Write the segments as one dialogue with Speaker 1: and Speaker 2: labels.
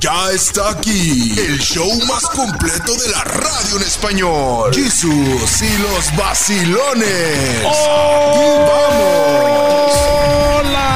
Speaker 1: Ya está aquí el show más completo de la radio en español. Jesús y los vacilones.
Speaker 2: ¡Hola!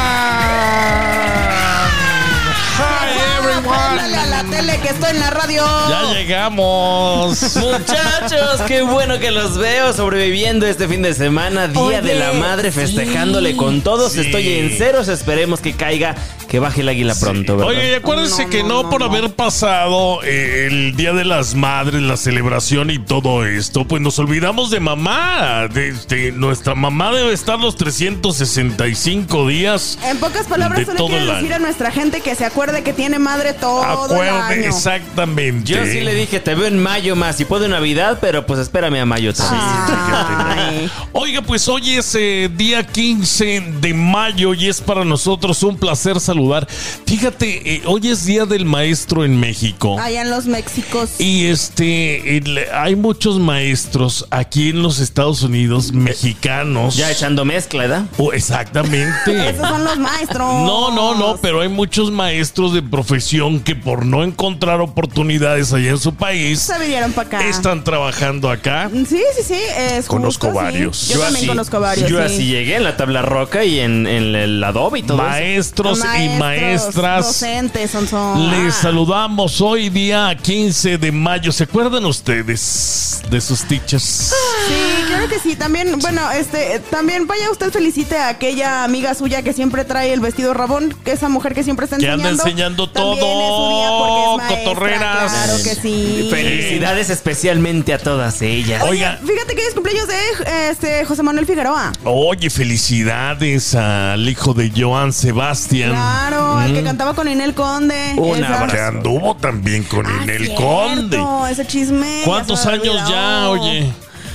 Speaker 2: Hi
Speaker 3: Háblale
Speaker 2: everyone.
Speaker 3: a la tele que estoy en la radio.
Speaker 2: Ya llegamos.
Speaker 4: Muchachos, qué bueno que los veo sobreviviendo este fin de semana, Día
Speaker 3: Oye,
Speaker 4: de la Madre, festejándole con todos.
Speaker 2: Sí.
Speaker 4: Estoy en ceros, esperemos que caiga, que baje el águila pronto, ¿verdad?
Speaker 2: Oye, y acuérdense
Speaker 3: No,
Speaker 2: que no,
Speaker 3: no, no,
Speaker 2: por
Speaker 3: no.
Speaker 2: haber pasado eh, el Día de las Madres, la celebración y todo esto, pues nos olvidamos de mamá. De, de- nuestra mamá debe estar los 365 días.
Speaker 3: En pocas palabras,
Speaker 2: de
Speaker 3: solo
Speaker 2: todo
Speaker 3: quiero
Speaker 2: el año.
Speaker 3: decir a nuestra gente que se acuerde que tiene madre todo el
Speaker 2: Acuerde,
Speaker 3: año.
Speaker 2: exactamente.
Speaker 4: Yo sí le dije, te veo en mayo más, si puedo en Navidad, pero pues espérame a mayo
Speaker 3: Ah.
Speaker 4: también.
Speaker 3: Ay.
Speaker 2: Oiga, pues hoy es eh, día 15 de mayo y es para nosotros un placer saludar. Fíjate, eh, hoy es Día del Maestro en México.
Speaker 3: Allá en los Méxicos.
Speaker 2: Y este, el- hay muchos maestros aquí en los Estados Unidos, mexicanos.
Speaker 4: Ya echando mezcla, ¿verdad?
Speaker 2: Oh, exactamente.
Speaker 3: Esos son los maestros.
Speaker 2: No, no, no, pero hay muchos maestros de profesión que por no encontrar oportunidades allá en su país,
Speaker 3: Se vinieron para acá.
Speaker 2: están trabajando acá.
Speaker 3: Sí, sí, sí. es
Speaker 2: Conozco
Speaker 3: justo, sí.
Speaker 2: varios.
Speaker 3: Yo, también
Speaker 4: así-
Speaker 3: conozco varios.
Speaker 4: Yo
Speaker 3: sí.
Speaker 4: así llegué en la tabla roca y en, en el adobe y todo eso.
Speaker 2: Maestros, y
Speaker 3: Maestros,
Speaker 2: maestras.
Speaker 3: Docentes, son, son.
Speaker 2: Les
Speaker 3: Ah.
Speaker 2: saludamos hoy día 15 de mayo. ¿Se acuerdan ustedes de sus teachers?
Speaker 3: Sí, claro que sí. También, bueno, este, también vaya usted felicite a aquella amiga suya que siempre trae el vestido rabón, que esa mujer que siempre está
Speaker 2: Que
Speaker 3: enseñando.
Speaker 2: anda enseñando
Speaker 3: También
Speaker 2: todo,
Speaker 3: es su día porque es maestra,
Speaker 2: cotorreras.
Speaker 3: Claro que sí.
Speaker 4: Felicidades especialmente a todas ellas.
Speaker 3: Oye,
Speaker 2: Oiga.
Speaker 3: fíjate que es cumpleaños de eh, este José Manuel Figueroa.
Speaker 2: Oye, felicidades al hijo de Joan Sebastián.
Speaker 3: Claro, el
Speaker 2: Mm.
Speaker 3: que cantaba con Inel Conde.
Speaker 4: Un
Speaker 3: Esa-
Speaker 4: abrazo.
Speaker 2: Que anduvo también con
Speaker 3: Ah,
Speaker 2: Inel
Speaker 3: cierto,
Speaker 2: Conde.
Speaker 3: Ese chisme. ya
Speaker 2: ¿Cuántos
Speaker 3: se me había
Speaker 2: años ya,
Speaker 3: olvidado.
Speaker 2: oye?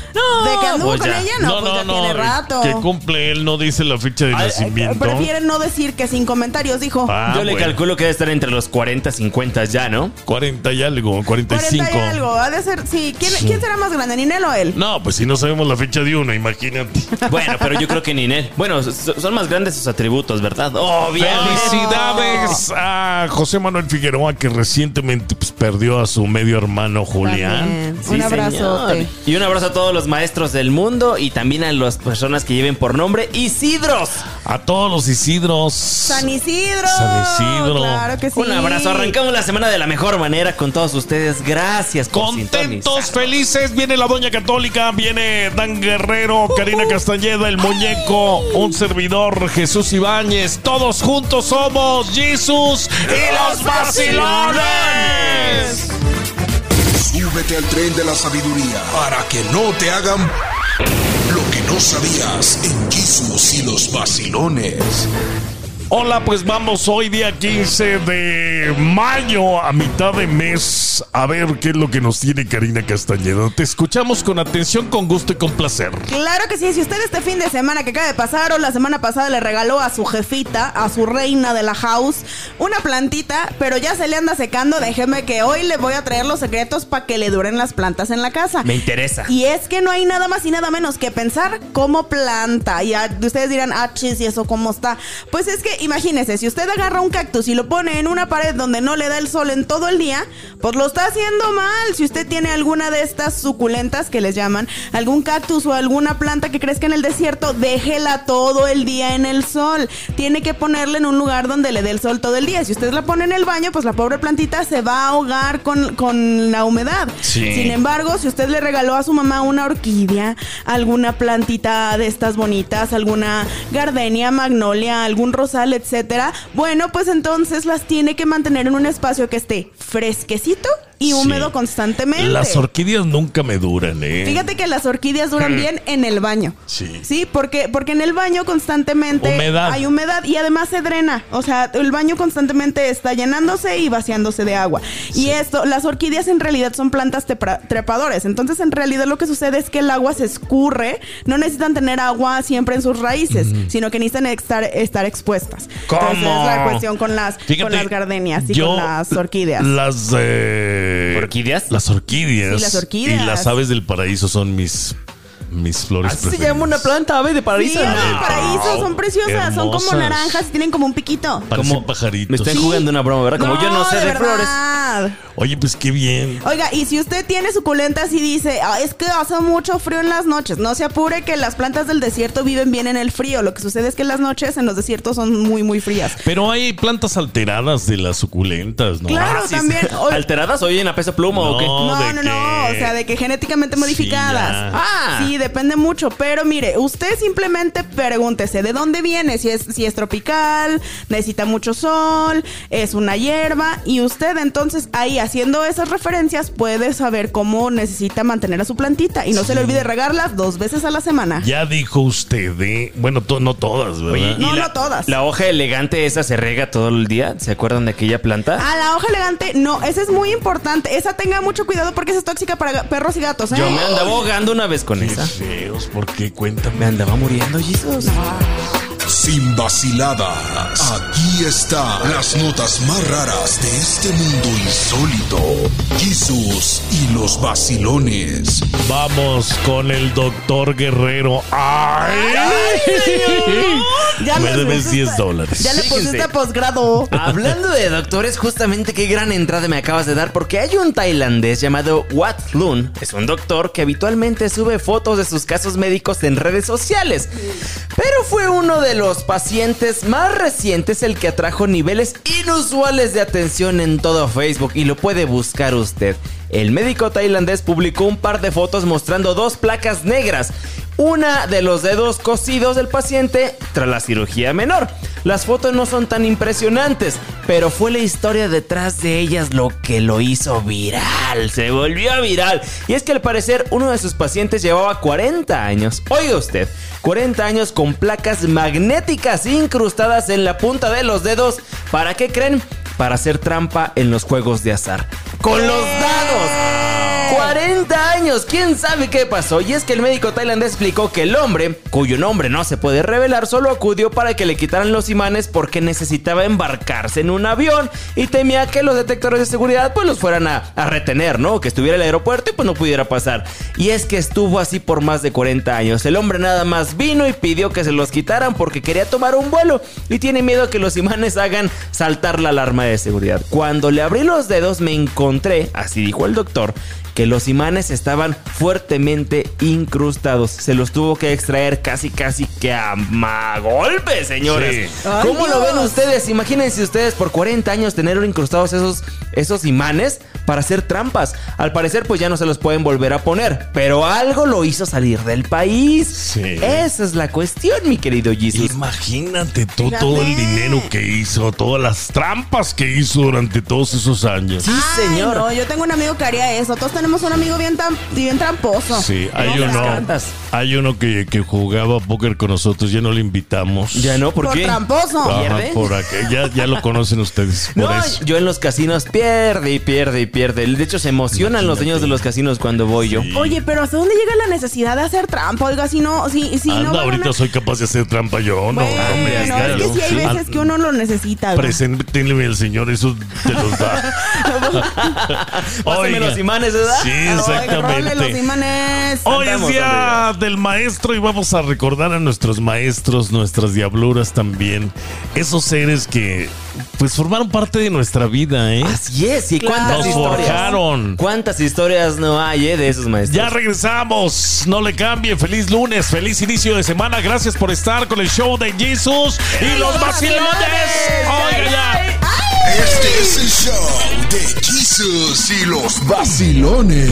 Speaker 3: De que anduvo
Speaker 4: pues
Speaker 3: con
Speaker 4: ya.
Speaker 3: ella, no, pues ya tiene rato.
Speaker 2: Que cumple él, no dice la fecha de
Speaker 4: Ay, ay,
Speaker 2: nacimiento.
Speaker 3: Prefieren no decir que sin comentarios, dijo.
Speaker 2: Ah,
Speaker 4: Yo le
Speaker 2: bueno,
Speaker 4: calculo que debe estar entre los 40 y 50 ya, ¿no?
Speaker 2: 40 y algo, 45.
Speaker 3: 40 y algo, ha de ser, sí. ¿Quién, quién será más grande, Ninel o él?
Speaker 2: No, pues si no sabemos la fecha de uno, imagínate.
Speaker 4: Bueno, pero yo creo que Ninel. Bueno, so- son más grandes sus atributos, ¿verdad? Oh, Obviamente.
Speaker 2: Felicidades a José Manuel Figueroa que recientemente pues, perdió a su medio hermano Julián.
Speaker 3: También.
Speaker 4: Sí,
Speaker 3: un abrazo.
Speaker 4: señor. Y un abrazo a todos los maestros del mundo y también a las personas que lleven por nombre Isidros.
Speaker 2: A todos los Isidros.
Speaker 3: San Isidro.
Speaker 2: San Isidro.
Speaker 3: Claro que sí.
Speaker 4: Un abrazo. Arrancamos la semana de la mejor manera con todos ustedes. Gracias por
Speaker 2: Contentos,
Speaker 4: sintonizar.
Speaker 2: felices. Viene la Doña Católica, viene Dan Guerrero,
Speaker 3: Uh-huh.
Speaker 2: Karina Castañeda, el muñeco, un servidor, Jesús Ibáñez. Todos juntos somos Jesús y los vacilones.
Speaker 1: Súbete al tren de la sabiduría para que no te hagan lo que no sabías en Jesús y los vacilones.
Speaker 2: Hola, pues vamos hoy día 15 de mayo a mitad de mes a ver qué es lo que nos tiene Karina Castañeda. Te escuchamos con atención, con gusto y con placer.
Speaker 3: Claro que sí, si usted este fin de semana que acaba de pasar o la semana pasada le regaló a su jefita, a su reina de la house, una plantita, pero ya se le anda secando, déjeme que hoy le voy a traer los secretos para que le duren las plantas en la casa.
Speaker 4: Me interesa.
Speaker 3: Y es que no hay nada más y nada menos que pensar como planta. Y ah, ustedes dirán, ah, chis, ¿y eso cómo está? Pues es que imagínense, si usted agarra un cactus y lo pone en una pared donde no le da el sol en todo el día, pues lo está haciendo mal. Si usted tiene alguna de estas suculentas que les llaman, algún cactus o alguna planta que crezca en el desierto, déjela todo el día en el sol. Tiene que ponerla en un lugar donde le dé el sol todo el día. Si usted la pone en el baño, pues la pobre plantita se va a ahogar con, con la humedad.
Speaker 2: Sí.
Speaker 3: Sin embargo, si usted le regaló a su mamá una orquídea, alguna plantita de estas bonitas, alguna gardenia, magnolia, algún rosal, etcétera, bueno, pues entonces las tiene que mantener en un espacio que esté fresquecito y húmedo
Speaker 2: Sí.
Speaker 3: constantemente.
Speaker 2: Las orquídeas nunca me duran, ¿eh?
Speaker 3: Fíjate que las orquídeas duran bien en el baño.
Speaker 2: Mm. Sí.
Speaker 3: Sí, porque, porque en el baño constantemente
Speaker 2: Humedad.
Speaker 3: hay humedad y además se drena. O sea, el baño constantemente está llenándose y vaciándose de agua. Y esto, las orquídeas en realidad son plantas tepra- trepadoras. Entonces, en realidad lo que sucede es que el agua se escurre. No necesitan tener agua siempre en sus raíces, sino que necesitan estar, estar expuestas.
Speaker 2: ¿Cómo?
Speaker 3: Entonces, es la cuestión con las, con
Speaker 2: Fíjate,
Speaker 3: las gardenias y
Speaker 2: yo-
Speaker 3: con las orquídeas.
Speaker 2: Las eh,
Speaker 4: ¿Orquídeas?
Speaker 2: Las orquídeas.
Speaker 3: Sí, las orquídeas.
Speaker 2: Y las aves del paraíso son mis mis flores
Speaker 4: Así se llama una
Speaker 2: preferidas.
Speaker 4: planta ave de
Speaker 3: Sí,
Speaker 4: paraíso.
Speaker 3: aves
Speaker 4: No.
Speaker 3: de paraíso, son preciosas, son como
Speaker 2: hermosas.
Speaker 3: naranjas y tienen como un piquito.
Speaker 2: Parecen
Speaker 4: Como-
Speaker 2: pajaritos.
Speaker 4: Me están jugando una broma, ¿verdad? Como yo no sé de, flores.
Speaker 3: verdad.
Speaker 2: Oye, pues qué bien.
Speaker 3: Oiga, y si usted tiene suculentas y dice, "Ah, es que hace mucho frío en las noches, no se apure que las plantas del desierto viven bien en el frío. Lo que sucede es que las noches en los desiertos son muy, muy frías.
Speaker 2: Pero hay plantas alteradas de las suculentas, ¿no?
Speaker 3: Claro,
Speaker 4: Ah, sí,
Speaker 3: también.
Speaker 4: sí.
Speaker 3: Oye,
Speaker 4: ¿Alteradas o en a peso pluma o qué?
Speaker 2: No,
Speaker 3: No,
Speaker 2: ¿de
Speaker 3: no, no,
Speaker 2: qué?
Speaker 3: o sea, de que genéticamente
Speaker 2: ya.
Speaker 3: modificadas.
Speaker 4: Ah.
Speaker 3: Sí, depende mucho, pero mire, usted simplemente pregúntese de dónde viene, si es si es tropical, necesita mucho sol, es una hierba y usted entonces ahí haciendo esas referencias puede saber cómo necesita mantener a su plantita y no se le olvide regarlas dos veces a la semana.
Speaker 2: Ya dijo usted, ¿eh? Bueno, to- no todas, ¿verdad?
Speaker 4: Oye,
Speaker 3: No,
Speaker 4: y
Speaker 3: no todas.
Speaker 4: La hoja elegante esa se rega todo el día. ¿Se acuerdan de aquella planta?
Speaker 3: A la hoja elegante, no, esa es muy importante. Esa tenga mucho cuidado porque esa es tóxica para ga- perros y gatos, ¿eh?
Speaker 4: Yo me andaba ahogando una vez con
Speaker 2: qué
Speaker 4: esa.
Speaker 2: feos, ¿por qué? Cuéntame.
Speaker 4: Me andaba muriendo,
Speaker 3: Pues,
Speaker 4: Jesus.
Speaker 1: Sin vaciladas, aquí están las notas más raras de este mundo insólito. Jesús y los vacilones.
Speaker 2: Vamos con el doctor Guerrero. ¡Ay!
Speaker 3: Ya
Speaker 2: Me
Speaker 3: le
Speaker 2: debes
Speaker 3: pusiste-
Speaker 2: 10 dólares.
Speaker 3: Ya le
Speaker 4: Fíjense.
Speaker 3: pusiste posgrado.
Speaker 4: Hablando de doctores, justamente qué gran entrada me acabas de dar porque hay un tailandés llamado Wat Lun. Es un doctor que habitualmente sube fotos de sus casos médicos en redes sociales. Pero fue uno de los pacientes más recientes el que atrajo niveles inusuales de atención en todo Facebook y lo puede buscar usted. El médico tailandés publicó un par de fotos mostrando dos placas negras una de los dedos cosidos del paciente tras la cirugía menor. Las fotos no son tan impresionantes, pero fue la historia detrás de ellas lo que lo hizo viral, se volvió viral. Y es que al parecer uno de sus pacientes llevaba 40 años, oiga usted, 40 años con placas magnéticas incrustadas en la punta de los dedos. ¿Para qué creen? Para hacer trampa en los juegos de azar. ¡Con los dados! 40 años, quién sabe qué pasó. Y es que el médico tailandés explicó que el hombre, cuyo nombre no se puede revelar, solo acudió para que le quitaran los imanes porque necesitaba embarcarse en un avión y temía que los detectores de seguridad pues los fueran a, a retener, ¿no? Que estuviera en el aeropuerto y pues no pudiera pasar. Y es que estuvo así por más de 40 años. El hombre nada más vino y pidió que se los quitaran porque quería tomar un vuelo y tiene miedo a que los imanes hagan saltar la alarma de seguridad. Cuando le abrí los dedos me encontré, así dijo el doctor, que los imanes estaban fuertemente incrustados. Se los tuvo que extraer casi casi que a ma- golpes, señores.
Speaker 2: Sí.
Speaker 3: Ay,
Speaker 4: ¿Cómo lo
Speaker 3: Dios.
Speaker 4: ven ustedes? Imagínense ustedes por 40 años tener incrustados esos, esos imanes para hacer trampas. Al parecer pues ya no se los pueden volver a poner, pero algo lo hizo salir del país.
Speaker 2: Sí.
Speaker 4: Esa es la cuestión, mi querido Jesus.
Speaker 2: Imagínate tú
Speaker 3: Fíjate.
Speaker 2: todo el dinero que hizo, todas las trampas que hizo durante todos esos años.
Speaker 4: Sí,
Speaker 3: Ay,
Speaker 4: señor.
Speaker 3: no, yo tengo un amigo que haría eso. Todos tenemos un amigo bien, tam- bien tramposo.
Speaker 2: Sí, hay
Speaker 3: No,
Speaker 2: uno,
Speaker 3: ¿verdad?
Speaker 4: cartas.
Speaker 2: hay uno que, que jugaba póker con nosotros, ya no le invitamos.
Speaker 4: Ya no, ¿por,
Speaker 3: Por
Speaker 4: qué?
Speaker 3: tramposo.
Speaker 2: Ajá,
Speaker 4: ¿pierde?
Speaker 2: por acá, ya, ya lo conocen ustedes.
Speaker 4: No,
Speaker 2: Por eso.
Speaker 4: yo en los casinos pierde y pierde y pierde. De hecho, se emocionan los dueños de los casinos cuando voy yo.
Speaker 2: Sí.
Speaker 3: Oye, pero ¿hasta dónde llega la necesidad de hacer trampa? Oiga, si no, si, si
Speaker 2: Anda,
Speaker 3: no. van a-
Speaker 2: ahorita soy capaz de hacer trampa yo, no.
Speaker 3: Bueno,
Speaker 2: hombre,
Speaker 3: es que
Speaker 2: claro.
Speaker 3: sí hay veces
Speaker 2: Ah,
Speaker 3: que uno lo necesita. güey.
Speaker 2: Preséntenle al señor, eso te los da.
Speaker 4: Pásame
Speaker 2: Oiga.
Speaker 4: los imanes, ¿verdad?
Speaker 2: Sí,
Speaker 3: Ay, róbale los
Speaker 2: exactamente. Oh.
Speaker 3: imanes.
Speaker 2: Hoy es
Speaker 4: Andamos,
Speaker 2: día del maestro y vamos a recordar a nuestros maestros, nuestras diabluras también, esos seres que pues formaron parte de nuestra vida,
Speaker 3: Ah,
Speaker 2: ¿eh?
Speaker 4: Así es, y
Speaker 3: Claro.
Speaker 4: cuántas
Speaker 2: Nos
Speaker 4: historias.
Speaker 2: forjaron.
Speaker 4: ¿Cuántas historias no hay eh, de esos maestros?
Speaker 2: Ya regresamos, no le cambien, feliz lunes, feliz inicio de semana, gracias por estar con el show de Jesus y los vacilones. Oiga ya.
Speaker 1: Este es el show de Jesús y los vacilones.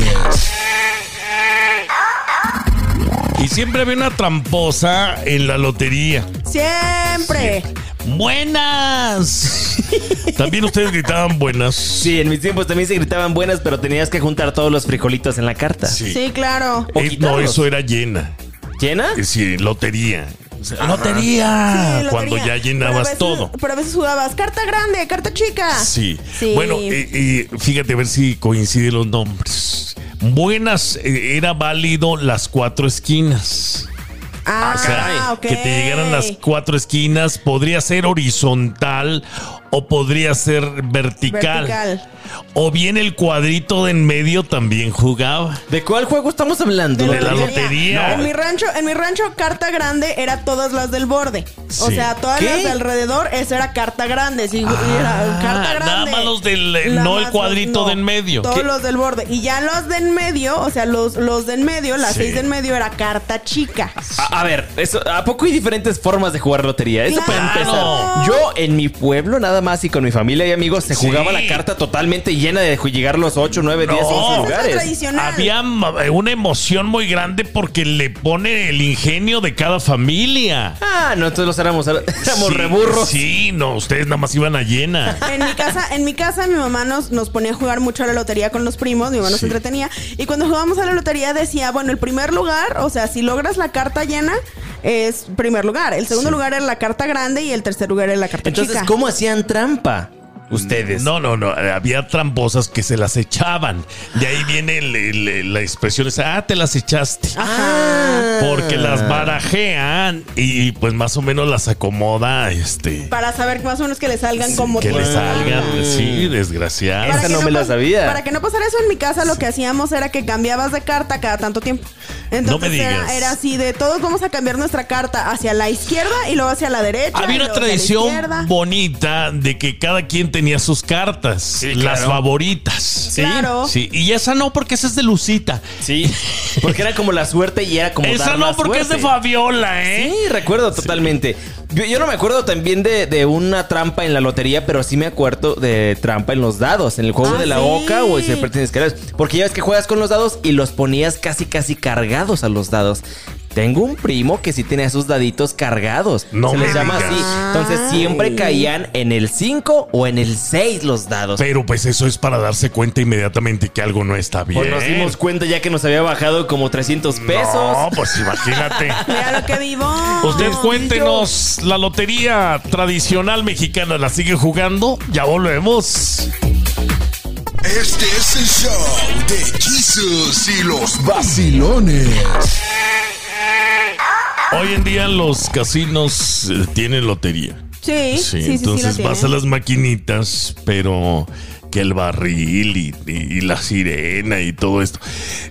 Speaker 2: Y siempre había una tramposa en la lotería.
Speaker 3: Siempre.
Speaker 2: Buenas. También ustedes gritaban buenas.
Speaker 4: Sí, en mis tiempos también se gritaban buenas, pero tenías que juntar todos los frijolitos en la carta.
Speaker 3: Sí, claro.
Speaker 4: O
Speaker 2: Eh, no,
Speaker 4: quitarlos.
Speaker 2: eso era llena.
Speaker 4: ¿Llena?
Speaker 2: Es decir, lotería. O sea, lotería.
Speaker 3: Sí, lo
Speaker 2: Ah, Cuando
Speaker 3: tenía.
Speaker 2: ya
Speaker 3: Pero a
Speaker 2: llenabas
Speaker 3: veces-
Speaker 2: todo.
Speaker 3: Pero a veces jugabas carta grande, carta chica.
Speaker 2: Sí.
Speaker 3: Ah, Sí.
Speaker 2: Bueno, eh, eh, fíjate a ver si coinciden los nombres. Buenas, eh, era válido las cuatro esquinas.
Speaker 3: Ah,
Speaker 2: O sea,
Speaker 3: ok.
Speaker 2: que te llegaran las cuatro esquinas. Podría ser horizontal o podría ser vertical.
Speaker 3: Vertical.
Speaker 2: O bien el cuadrito de en medio también jugaba.
Speaker 4: ¿De cuál juego estamos hablando?
Speaker 2: De la lotería.
Speaker 3: En mi rancho, en mi rancho, carta grande era todas las del borde. O
Speaker 2: Sí.
Speaker 3: sea, todas
Speaker 4: ¿Qué?
Speaker 3: las de alrededor, esa era carta grande. sí, era carta grande.
Speaker 2: Ah, nada más los del, eh,
Speaker 3: Nada
Speaker 2: no el
Speaker 3: más
Speaker 2: cuadrito de en medio.
Speaker 3: Todos
Speaker 2: ¿Qué?
Speaker 3: los del borde. Y ya los de en medio, o sea, los, los de en medio, las
Speaker 2: Sí.
Speaker 3: seis de en medio era carta chica.
Speaker 4: A, a ver, eso, ¿a poco hay diferentes formas de jugar lotería? Eso
Speaker 2: Claro.
Speaker 4: para empezar. Yo en mi pueblo nada más y con mi familia y amigos se
Speaker 2: Sí.
Speaker 4: jugaba la carta totalmente llena de ju- llegar los 8, 9, 10,
Speaker 2: No.
Speaker 3: Esa
Speaker 4: 11
Speaker 3: es la
Speaker 4: lugares.
Speaker 3: tradicional.
Speaker 2: Había ma- eh, una emoción muy grande porque le pone el ingenio de cada familia.
Speaker 4: Ah, no, entonces los éramos, éramos
Speaker 2: Sí,
Speaker 4: reburros.
Speaker 2: Sí, no, ustedes nada más iban a llena.
Speaker 3: En mi casa, en mi casa mi mamá nos, nos ponía a jugar mucho a la lotería con los primos, mi mamá nos
Speaker 2: Sí.
Speaker 3: entretenía. Y cuando jugábamos a la lotería decía, bueno, el primer lugar, o sea, si logras la carta llena, es primer lugar. El segundo lugar era la carta grande y el tercer lugar era la carta
Speaker 4: Entonces,
Speaker 3: chica.
Speaker 4: ¿cómo hacían trampa ustedes?
Speaker 2: No, no, no. Había tramposas que se las echaban. De ahí viene el- el- el- la expresión esa, ah, te las echaste.
Speaker 4: Ah.
Speaker 2: Porque las barajean y pues más o menos las acomoda, este.
Speaker 3: Para saber más o menos que le salgan como
Speaker 2: Que le
Speaker 3: tienen.
Speaker 2: salgan, sí, desgraciadas.
Speaker 4: Esa
Speaker 3: Para que
Speaker 4: no me la
Speaker 3: pas-
Speaker 4: sabía.
Speaker 3: Para que no pasara eso en mi casa, lo que hacíamos era que cambiabas de carta cada tanto tiempo. Entonces
Speaker 2: No me digas.
Speaker 3: Era, era así de todos vamos a cambiar nuestra carta hacia la izquierda y luego hacia la derecha. y
Speaker 2: Había una
Speaker 3: luego hacia la
Speaker 2: tradición
Speaker 3: izquierda.
Speaker 2: bonita de que cada quien tenía sus cartas, las
Speaker 4: claro.
Speaker 2: favoritas. Sí,
Speaker 3: Claro.
Speaker 2: sí. Y esa no, porque esa es de Lucita.
Speaker 4: Sí, porque era como la suerte y era como
Speaker 2: esa
Speaker 4: dar
Speaker 2: no,
Speaker 4: más
Speaker 2: porque es de
Speaker 4: suerte.
Speaker 2: Fabiola, ¿eh?
Speaker 4: Sí, recuerdo totalmente. Yo, yo no me acuerdo también de, de una trampa en la lotería, pero sí me acuerdo de trampa en los dados, en el juego
Speaker 3: Ah,
Speaker 4: de la
Speaker 3: sí.
Speaker 4: oca o siempre tienes que Porque ya ves que juegas con los dados y los ponías casi casi cargados a los dados. Tengo un primo que sí tiene esos daditos cargados.
Speaker 2: No
Speaker 4: Se
Speaker 2: me
Speaker 4: les llama
Speaker 2: digas.
Speaker 4: así. Entonces siempre
Speaker 3: Ay.
Speaker 4: caían en el 5 o en el 6 los dados.
Speaker 2: Pero pues eso es para darse cuenta inmediatamente que algo no está bien.
Speaker 4: Pues nos dimos cuenta ya que nos había bajado como 300 pesos.
Speaker 2: No, pues imagínate.
Speaker 3: Mira lo que vivo.
Speaker 2: Usted cuéntenos, la lotería tradicional mexicana la sigue jugando. Ya volvemos.
Speaker 1: Este es el show de Jesús y los vacilones.
Speaker 2: Hoy en día los casinos eh, tienen lotería.
Speaker 3: Sí, sí, sí, sí,
Speaker 2: entonces
Speaker 3: la
Speaker 2: vas a
Speaker 3: tiene.
Speaker 2: las maquinitas, pero que el barril y, y- y la sirena y todo esto.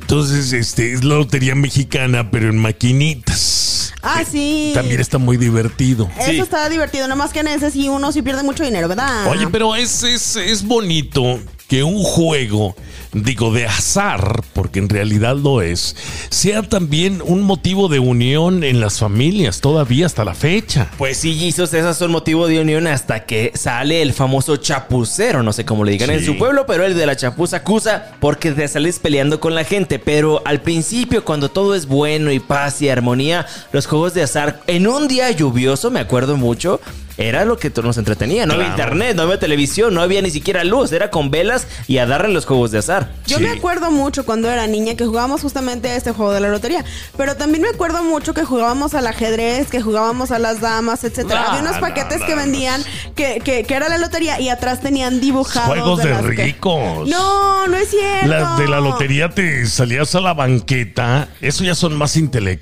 Speaker 2: Entonces, este es la lotería mexicana, pero en maquinitas.
Speaker 3: Ah, sí.
Speaker 2: También está muy divertido.
Speaker 3: Eso
Speaker 4: Sí.
Speaker 3: está divertido, nomás que en ese sí uno sí pierde mucho dinero, ¿verdad?
Speaker 2: Oye, pero es, es, es bonito que un juego, digo, de azar, porque en realidad lo es, sea también un motivo de unión en las familias todavía hasta la fecha.
Speaker 4: Pues sí, Jesus, esas son motivo de unión hasta que sale el famoso chapucero, no sé cómo le digan en
Speaker 2: Sí.
Speaker 4: su pueblo, pero el de la chapuza acusa porque te sales peleando con la gente. Pero al principio, cuando todo es bueno y paz y armonía, los juegos de azar, en un día lluvioso, me acuerdo mucho, era lo que nos entretenía. No había
Speaker 2: Claro.
Speaker 4: internet, no había televisión, no había ni siquiera luz, era con velas y a darle los juegos de azar.
Speaker 3: Yo
Speaker 2: Sí.
Speaker 3: me acuerdo mucho cuando era niña que jugábamos justamente a este juego de la lotería, pero también me acuerdo mucho que jugábamos al ajedrez, que jugábamos a las damas, etcétera.
Speaker 2: No,
Speaker 3: Había unos
Speaker 2: no,
Speaker 3: paquetes
Speaker 2: no,
Speaker 3: que
Speaker 2: no.
Speaker 3: vendían que, que, que era la lotería y atrás tenían dibujados
Speaker 2: Juegos de
Speaker 3: las que-
Speaker 2: ricos.
Speaker 3: No, no es cierto.
Speaker 2: Las de la lotería te salías a la banqueta, eso ya son más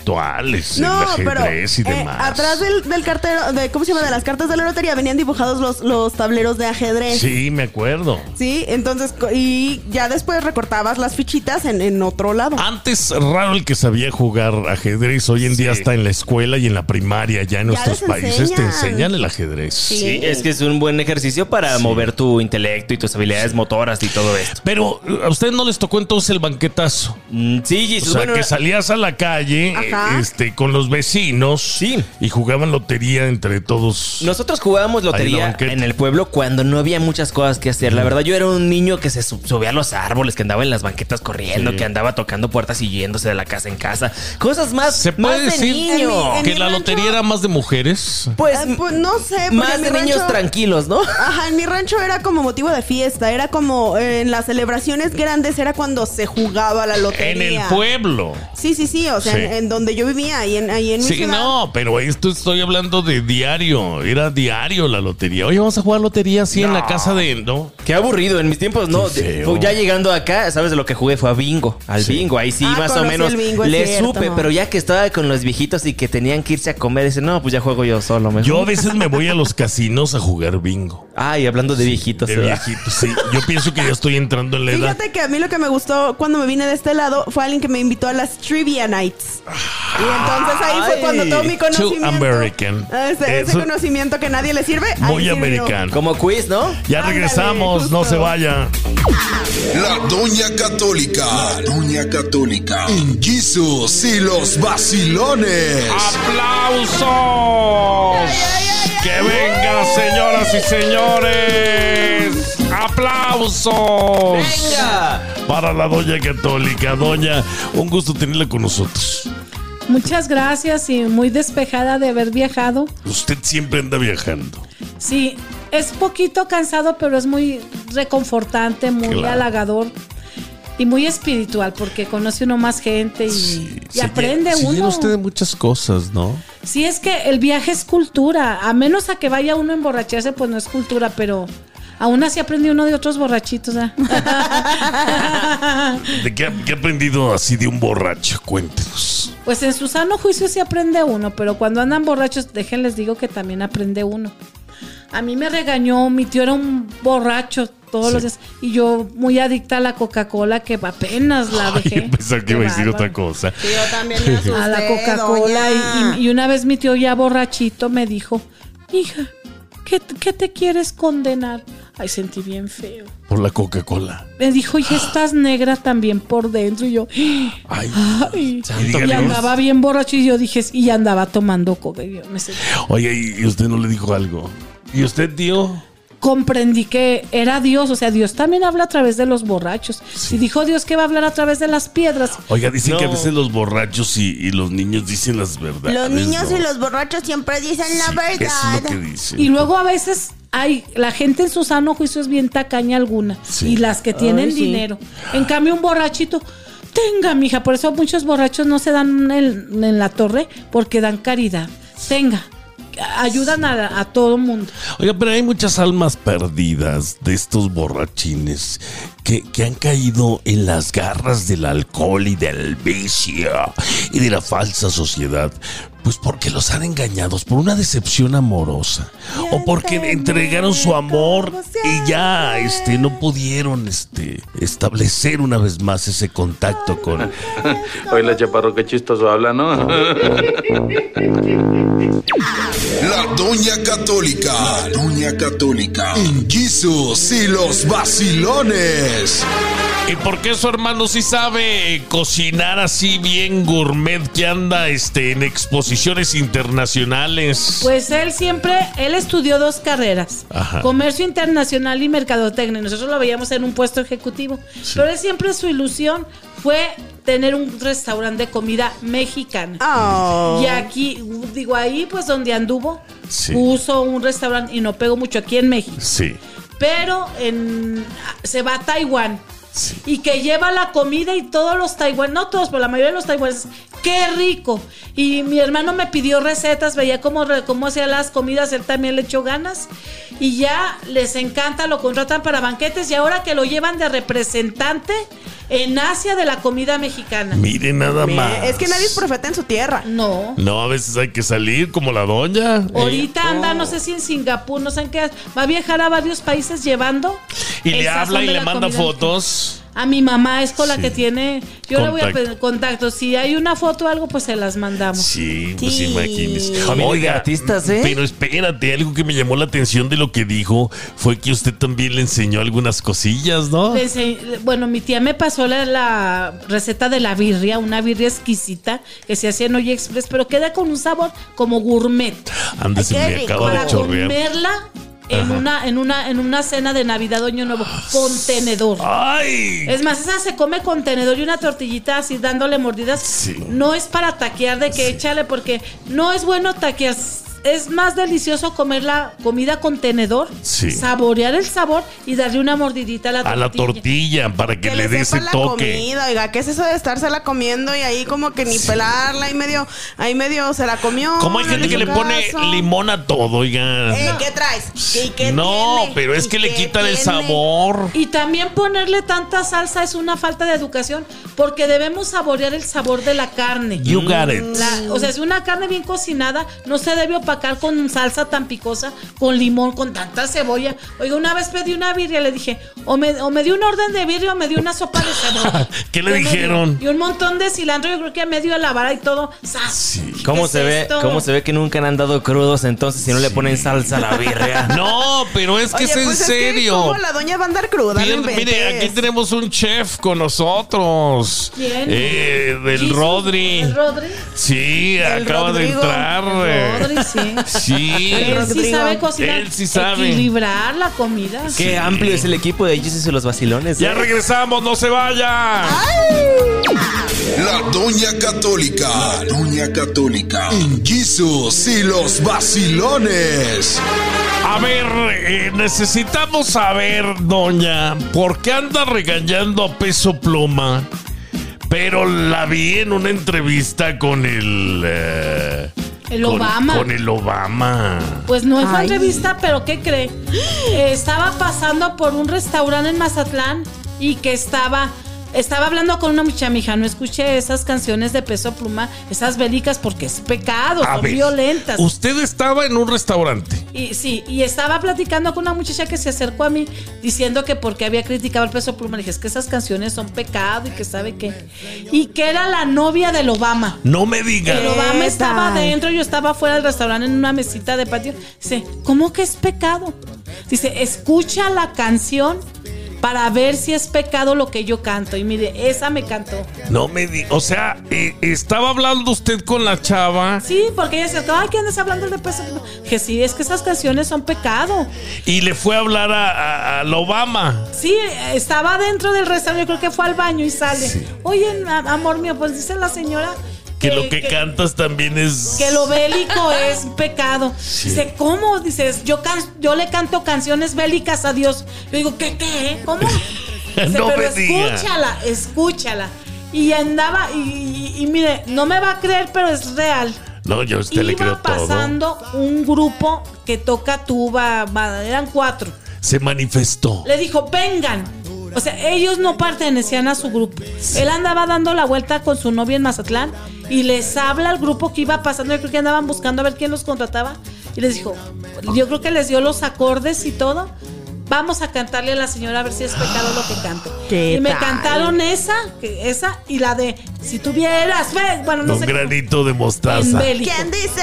Speaker 2: intelectuales,
Speaker 3: No,
Speaker 2: el
Speaker 3: pero
Speaker 2: ajedrez y
Speaker 3: eh,
Speaker 2: demás.
Speaker 3: atrás del, del cartero, de, ¿cómo se llama? De las cartas de la lotería venían dibujados los, los tableros de ajedrez.
Speaker 2: Sí, me acuerdo.
Speaker 3: Sí, entonces, co- y ya después recortabas las fichitas en, en otro lado.
Speaker 2: Antes raro el que sabía jugar ajedrez, hoy en día
Speaker 4: Sí.
Speaker 2: está en la escuela y en la primaria, ya en nuestros
Speaker 3: les
Speaker 2: países te
Speaker 3: enseñan.
Speaker 2: enseñan el ajedrez.
Speaker 4: Sí, es que es un buen ejercicio para mover tu intelecto y tus habilidades motoras y todo esto.
Speaker 2: Pero a ustedes no les tocó entonces el banquetazo.
Speaker 4: Mm, Sí,
Speaker 2: O
Speaker 4: Jesus,
Speaker 2: sea,
Speaker 4: bueno,
Speaker 2: que salías a la calle
Speaker 3: Pues eh, Ajá.
Speaker 2: este, con los vecinos
Speaker 4: Sí.
Speaker 2: y jugaban lotería entre todos.
Speaker 4: Nosotros jugábamos
Speaker 2: Ahí la
Speaker 4: lotería
Speaker 2: banqueta.
Speaker 4: en el pueblo cuando no había muchas cosas que hacer. La verdad, yo era un niño que se sub- subía a los árboles, que andaba en las banquetas corriendo, que andaba tocando puertas y yéndose de la casa en casa. Cosas más,
Speaker 2: ¿Se puede
Speaker 4: más de
Speaker 2: decir
Speaker 4: niño.
Speaker 3: En mi- en
Speaker 2: que
Speaker 3: mi
Speaker 2: la
Speaker 3: rancho-
Speaker 2: lotería era más de mujeres?
Speaker 4: Pues,
Speaker 3: Eh, pues no sé, porque
Speaker 4: más
Speaker 3: en
Speaker 4: de
Speaker 3: mi
Speaker 4: niños
Speaker 3: rancho-
Speaker 4: tranquilos, ¿no?
Speaker 3: Ajá, en mi rancho era como motivo de fiesta, era como eh, en las celebraciones grandes era cuando se jugaba la lotería.
Speaker 2: En el pueblo.
Speaker 3: Sí, sí, sí, o sea,
Speaker 2: Sí.
Speaker 3: En, en donde yo vivía, ahí en, ahí en mi
Speaker 2: Sí,
Speaker 3: ciudad.
Speaker 2: no, pero esto estoy hablando de diario. Era diario la lotería. Oye, vamos a jugar lotería así en la casa de. No.
Speaker 4: Qué aburrido, en mis tiempos no.
Speaker 2: Qué
Speaker 4: De-
Speaker 2: feo.
Speaker 4: ya llegando acá, ¿sabes de lo que jugué? Fue a bingo, al
Speaker 2: Sí.
Speaker 4: bingo. Ahí oh. sí,
Speaker 3: Ah,
Speaker 4: más o
Speaker 3: conocí
Speaker 4: menos
Speaker 3: el bingo, es
Speaker 4: le
Speaker 3: cierto.
Speaker 4: supe, pero ya que estaba con los viejitos y que tenían que irse a comer, dice, no, pues ya juego yo solo. Mejor.
Speaker 2: Yo a veces me voy a los casinos a jugar bingo.
Speaker 4: Ay, hablando de viejitos. eh.
Speaker 2: De
Speaker 4: ¿verdad?
Speaker 2: viejito, sí. Yo pienso que ya estoy entrando en la edad.
Speaker 3: Fíjate que a mí lo que me gustó cuando me vine de este lado fue alguien que me invitó a las Trivia Nights. Y entonces ahí fue
Speaker 4: Ay.
Speaker 3: cuando todo mi conocimiento. ah,
Speaker 2: American.
Speaker 3: Ese, ese
Speaker 2: Eso-
Speaker 3: conocimiento que nadie le sirve. ahí
Speaker 2: Muy
Speaker 3: sirvió.
Speaker 2: americano.
Speaker 4: Como quiz, ¿no?
Speaker 2: Ya
Speaker 3: Ándale,
Speaker 2: regresamos, no
Speaker 3: justo.
Speaker 2: se vaya.
Speaker 1: La Doña Católica. La Doña Católica. En Jesus y los vacilones.
Speaker 2: ¡Aplausos! ¡Que venga, señoras y señores! ¡Aplausos!
Speaker 4: Venga.
Speaker 2: Para la Doña Católica. Doña, un gusto tenerla con nosotros.
Speaker 5: Muchas gracias y muy despejada de haber viajado.
Speaker 2: Usted siempre anda viajando.
Speaker 5: Sí, es poquito cansado, pero es muy reconfortante, muy
Speaker 2: Claro.
Speaker 5: halagador y muy espiritual porque conoce uno más gente y, y aprende uno.
Speaker 2: muchas cosas, ¿no?
Speaker 5: Sí, es que el viaje es cultura, a menos a que vaya uno a emborracharse, pues no es cultura, pero aún así aprende uno de otros borrachitos. ¿ah?
Speaker 2: ¿De qué, ha- qué ha aprendido así de un borracho? Cuéntenos.
Speaker 5: pues en su sano juicio sí aprende uno, pero cuando andan borrachos, déjenles digo que también aprende uno. A mí me regañó, mi tío era un borracho todos los días y yo muy adicta a la Coca-Cola que apenas la
Speaker 2: Ay,
Speaker 5: dejé.
Speaker 2: pensaba que iba a decir
Speaker 5: Ah, Qué
Speaker 2: otra
Speaker 5: bárbaro.
Speaker 2: cosa.
Speaker 3: Sí, yo también me asusté,
Speaker 5: A la Coca-Cola
Speaker 3: doña.
Speaker 5: y, y- y una vez mi tío ya borrachito me dijo, hija, ¿qué, t- qué te quieres condenar? Ay, sentí bien feo.
Speaker 2: Por la Coca-Cola.
Speaker 5: Me dijo, y estás negra también por dentro. Y yo, "Ah,
Speaker 2: Ay. Y
Speaker 5: ay. Y
Speaker 2: dígale,
Speaker 5: andaba bien borracho y yo dije, y andaba tomando coca. Y yo me sentí-
Speaker 2: Oye, ¿y usted no le dijo algo? ¿Y usted, tío?
Speaker 5: Comprendí que era Dios, o sea, Dios también habla a través de los borrachos. Si dijo Dios que va a hablar a través de las piedras,
Speaker 2: Oiga, dicen que a
Speaker 4: No.
Speaker 2: veces los borrachos y, y los niños dicen las verdades.
Speaker 3: Los niños
Speaker 2: ¿no?
Speaker 3: y los borrachos siempre dicen la
Speaker 2: Sí,
Speaker 3: verdad.
Speaker 2: Eso es lo que dicen.
Speaker 5: Y luego a veces hay, la gente en su sano juicio es bien tacaña alguna.
Speaker 2: Sí.
Speaker 5: Y las que tienen
Speaker 3: Ay, sí.
Speaker 5: dinero. En cambio, un borrachito, tenga, mija. Por eso muchos borrachos no se dan en, en la torre porque dan caridad. Tenga. Ayudan a, a todo mundo.
Speaker 2: Oiga, pero hay muchas almas perdidas de estos borrachines que, que han caído en las garras del alcohol y del vicio y de la falsa sociedad. Pues porque los han engañados por una decepción amorosa o porque
Speaker 3: Miénteme
Speaker 2: entregaron su amor
Speaker 3: como
Speaker 2: y ya
Speaker 3: siempre.
Speaker 2: este no pudieron este establecer una vez más ese contacto con
Speaker 6: Hoy la chaparro que chistoso habla, ¿no?
Speaker 1: La Doña Católica. La Doña Católica. En Jesus y los vacilones.
Speaker 2: ¿Y por qué su hermano sí sabe eh, cocinar así bien gourmet que anda este, en exposiciones internacionales?
Speaker 5: Pues él siempre, él estudió dos carreras,
Speaker 2: Ajá.
Speaker 5: comercio internacional y mercadotecnia. y Nosotros lo veíamos en un puesto ejecutivo, pero él siempre su ilusión fue tener un restaurante de comida mexicana.
Speaker 3: Oh.
Speaker 5: Y aquí, digo, ahí pues donde anduvo,
Speaker 2: Sí.
Speaker 5: puso un restaurante y no pegó mucho aquí en México.
Speaker 2: sí,
Speaker 5: Pero en, se va a Taiwán
Speaker 2: sí.
Speaker 5: y que lleva la comida y todos los taiwaneses, no todos, pero la mayoría de los taiwaneses, qué rico. Y mi hermano me pidió recetas, veía cómo, re- cómo hacía las comidas, él también le echó ganas y ya les encanta, lo contratan para banquetes y ahora que lo llevan de representante en Asia de la comida mexicana.
Speaker 2: Mire nada
Speaker 3: Mire,
Speaker 2: más.
Speaker 3: Es que nadie es profeta en su tierra.
Speaker 5: No.
Speaker 2: No, a veces hay que salir como la doña. ¿eh?
Speaker 5: Ahorita anda, no sé si en Singapur, no sé en qué, va a viajar a varios países llevando.
Speaker 2: Y
Speaker 5: el
Speaker 2: le
Speaker 5: sazón
Speaker 2: habla y
Speaker 5: de
Speaker 2: le
Speaker 5: la
Speaker 2: manda
Speaker 5: comida.
Speaker 2: fotos.
Speaker 5: A mi mamá es con la
Speaker 2: Sí.
Speaker 5: que tiene, yo le voy a
Speaker 2: Contacto.
Speaker 5: pedir contacto. Si hay una foto o algo, pues se las mandamos.
Speaker 2: Sí, pues
Speaker 3: Sí.
Speaker 2: imagínese.
Speaker 4: Familia de artistas, ¿eh?
Speaker 2: Pero espérate, algo que me llamó la atención de lo que dijo fue que usted también le enseñó algunas cosillas, ¿no?
Speaker 5: Le ense- Bueno, mi tía me pasó la, la receta de la birria, una birria exquisita que se hacía en Olla Express, pero queda con un sabor como gourmet.
Speaker 2: Anda, se
Speaker 3: Ay, qué
Speaker 2: me
Speaker 3: rico.
Speaker 2: acaba
Speaker 5: Para
Speaker 2: Ah, de chorrear.
Speaker 5: comerla en una, en, una, en una cena de Navidad o Año Nuevo,
Speaker 2: Ah,
Speaker 5: con tenedor.
Speaker 2: ¡Ay!
Speaker 5: Es más, esa se come con tenedor y una tortillita así dándole mordidas.
Speaker 2: Sí.
Speaker 5: No es para taquear de que échale, porque no es bueno taquear. Es más delicioso comer la comida con tenedor,
Speaker 2: Sí.
Speaker 5: saborear el sabor y darle una mordidita a la
Speaker 2: a
Speaker 5: tortilla.
Speaker 2: la tortilla para que, le dé
Speaker 3: sepa
Speaker 2: ese
Speaker 3: la
Speaker 2: toque.
Speaker 3: comida, oiga, ¿qué es eso de estársela comiendo y ahí como que ni pelarla y medio, ahí medio se la comió?
Speaker 2: Como hay gente que le pone limón a todo, oigan.
Speaker 3: Eh, ¿Qué traes? ¿Y qué
Speaker 2: no,
Speaker 3: tiene?
Speaker 2: pero es
Speaker 3: ¿Y
Speaker 2: que le
Speaker 3: qué
Speaker 2: quitan el
Speaker 3: tiene?
Speaker 2: sabor.
Speaker 5: Y también ponerle tanta salsa es una falta de educación, porque debemos saborear el sabor de la carne.
Speaker 3: mm,
Speaker 2: You got it.
Speaker 5: La- o sea, si una carne bien cocinada no se debe opacar empacar con salsa tan picosa, con limón, con tanta cebolla. Oiga, una vez pedí una birria, le dije, o me, o me dio un orden de birria o me dio una sopa de cebolla.
Speaker 2: ¿Qué le
Speaker 5: me dio?
Speaker 2: dijeron?
Speaker 5: Y un montón de cilantro, yo creo que me dio a la vara y todo. ¡Sas! ¿Qué
Speaker 4: ¿Cómo
Speaker 5: es
Speaker 4: se, ve,
Speaker 5: esto?
Speaker 4: ¿Cómo se ve que nunca han andado crudos entonces si no le ponen salsa a la birria?
Speaker 2: No, pero es que
Speaker 3: Oye,
Speaker 2: es en
Speaker 3: pues es que
Speaker 2: serio.
Speaker 3: ¿Cómo la doña va a andar cruda? No
Speaker 2: Bien, mire,
Speaker 3: inventes.
Speaker 2: aquí tenemos un chef con nosotros.
Speaker 5: ¿Quién?
Speaker 2: Eh, del
Speaker 5: Jesus,
Speaker 2: Rodri.
Speaker 5: ¿El Rodri?
Speaker 2: Sí,
Speaker 3: Del
Speaker 2: acaba
Speaker 3: Rodrigo.
Speaker 2: de entrar. eh.
Speaker 5: Rodri, sí.
Speaker 2: Sí.
Speaker 5: Él sí
Speaker 3: Rodrigo.
Speaker 5: sabe cocinar.
Speaker 2: Él sí sabe.
Speaker 5: Equilibrar la comida.
Speaker 4: Qué amplio es el equipo de Jesus y los vacilones.
Speaker 2: Ya
Speaker 4: ¿eh?
Speaker 2: regresamos, no se vaya.
Speaker 1: La Doña Católica. La Doña Católica. En Jesus y los vacilones.
Speaker 2: A ver, eh, necesitamos saber, doña, ¿por qué anda regañando a peso pluma? Pero la vi en una entrevista con el. eh,
Speaker 5: El
Speaker 2: con-
Speaker 5: Obama.
Speaker 2: Con el Obama.
Speaker 5: Pues no es una
Speaker 3: Ay.
Speaker 5: entrevista, pero ¿qué cree? Eh, estaba pasando por un restaurante en Mazatlán y que estaba. Estaba hablando con una muchacha, mija, no escuché esas canciones de peso pluma, esas bélicas, porque es pecado,
Speaker 2: A
Speaker 5: son
Speaker 2: ver,
Speaker 5: violentas.
Speaker 2: Usted estaba en un restaurante.
Speaker 5: Y sí, y estaba platicando con una muchacha que se acercó a mí diciendo que porque había criticado el peso pluma. Le dije, es que esas canciones son pecado y que sabe qué. Y que era la novia del Obama.
Speaker 2: No me diga.
Speaker 5: El Obama
Speaker 3: Neta.
Speaker 5: estaba adentro, yo estaba fuera del restaurante en una mesita de patio. Dice, ¿cómo que es pecado? Dice, escucha la canción para ver si es pecado lo que yo canto. Y mire, esa me cantó.
Speaker 2: No me diga. O sea, eh, estaba hablando usted con la chava
Speaker 5: Sí, porque ella se acercó, ay, ¿qué andas hablando de peso pluma? Que sí, es que esas canciones son pecado.
Speaker 2: y le fue a hablar a- a- al Obama.
Speaker 5: Sí, estaba dentro del restaurante, yo creo que fue al baño y sale. Oye, a- amor mío, pues dice la señora
Speaker 2: Que lo que cantas también es.
Speaker 5: que lo bélico es pecado. Dice, ¿cómo? Dices, yo can- yo le canto canciones bélicas a Dios. Yo digo, ¿qué qué? ¿Eh? ¿Cómo? Dice,
Speaker 2: No
Speaker 5: pero
Speaker 2: me diga".
Speaker 5: escúchala, escúchala. Y andaba, y, y- y mire, no me va a creer, pero es real.
Speaker 2: No, yo a usted le creo
Speaker 5: Iba
Speaker 2: todo.
Speaker 5: pasando un grupo que toca tuba, va- eran cuatro.
Speaker 2: Se manifestó.
Speaker 5: Le dijo, vengan. O sea, ellos no pertenecían a su grupo. Él andaba dando la vuelta con su novia en Mazatlán y les habla al grupo que iba pasando. Yo creo que andaban buscando a ver quién los contrataba. Y les dijo, yo creo que les dio los acordes y todo. Vamos a cantarle a la señora a ver si es pecado lo que canto.
Speaker 3: ¿Qué
Speaker 5: Y me
Speaker 3: tal?
Speaker 5: cantaron esa, que- esa y la de si tuvieras fe. Bueno, no
Speaker 2: un
Speaker 5: sé. cómo.
Speaker 2: granito de
Speaker 5: En
Speaker 2: mostaza.
Speaker 5: bélico.
Speaker 3: ¿Quién dice?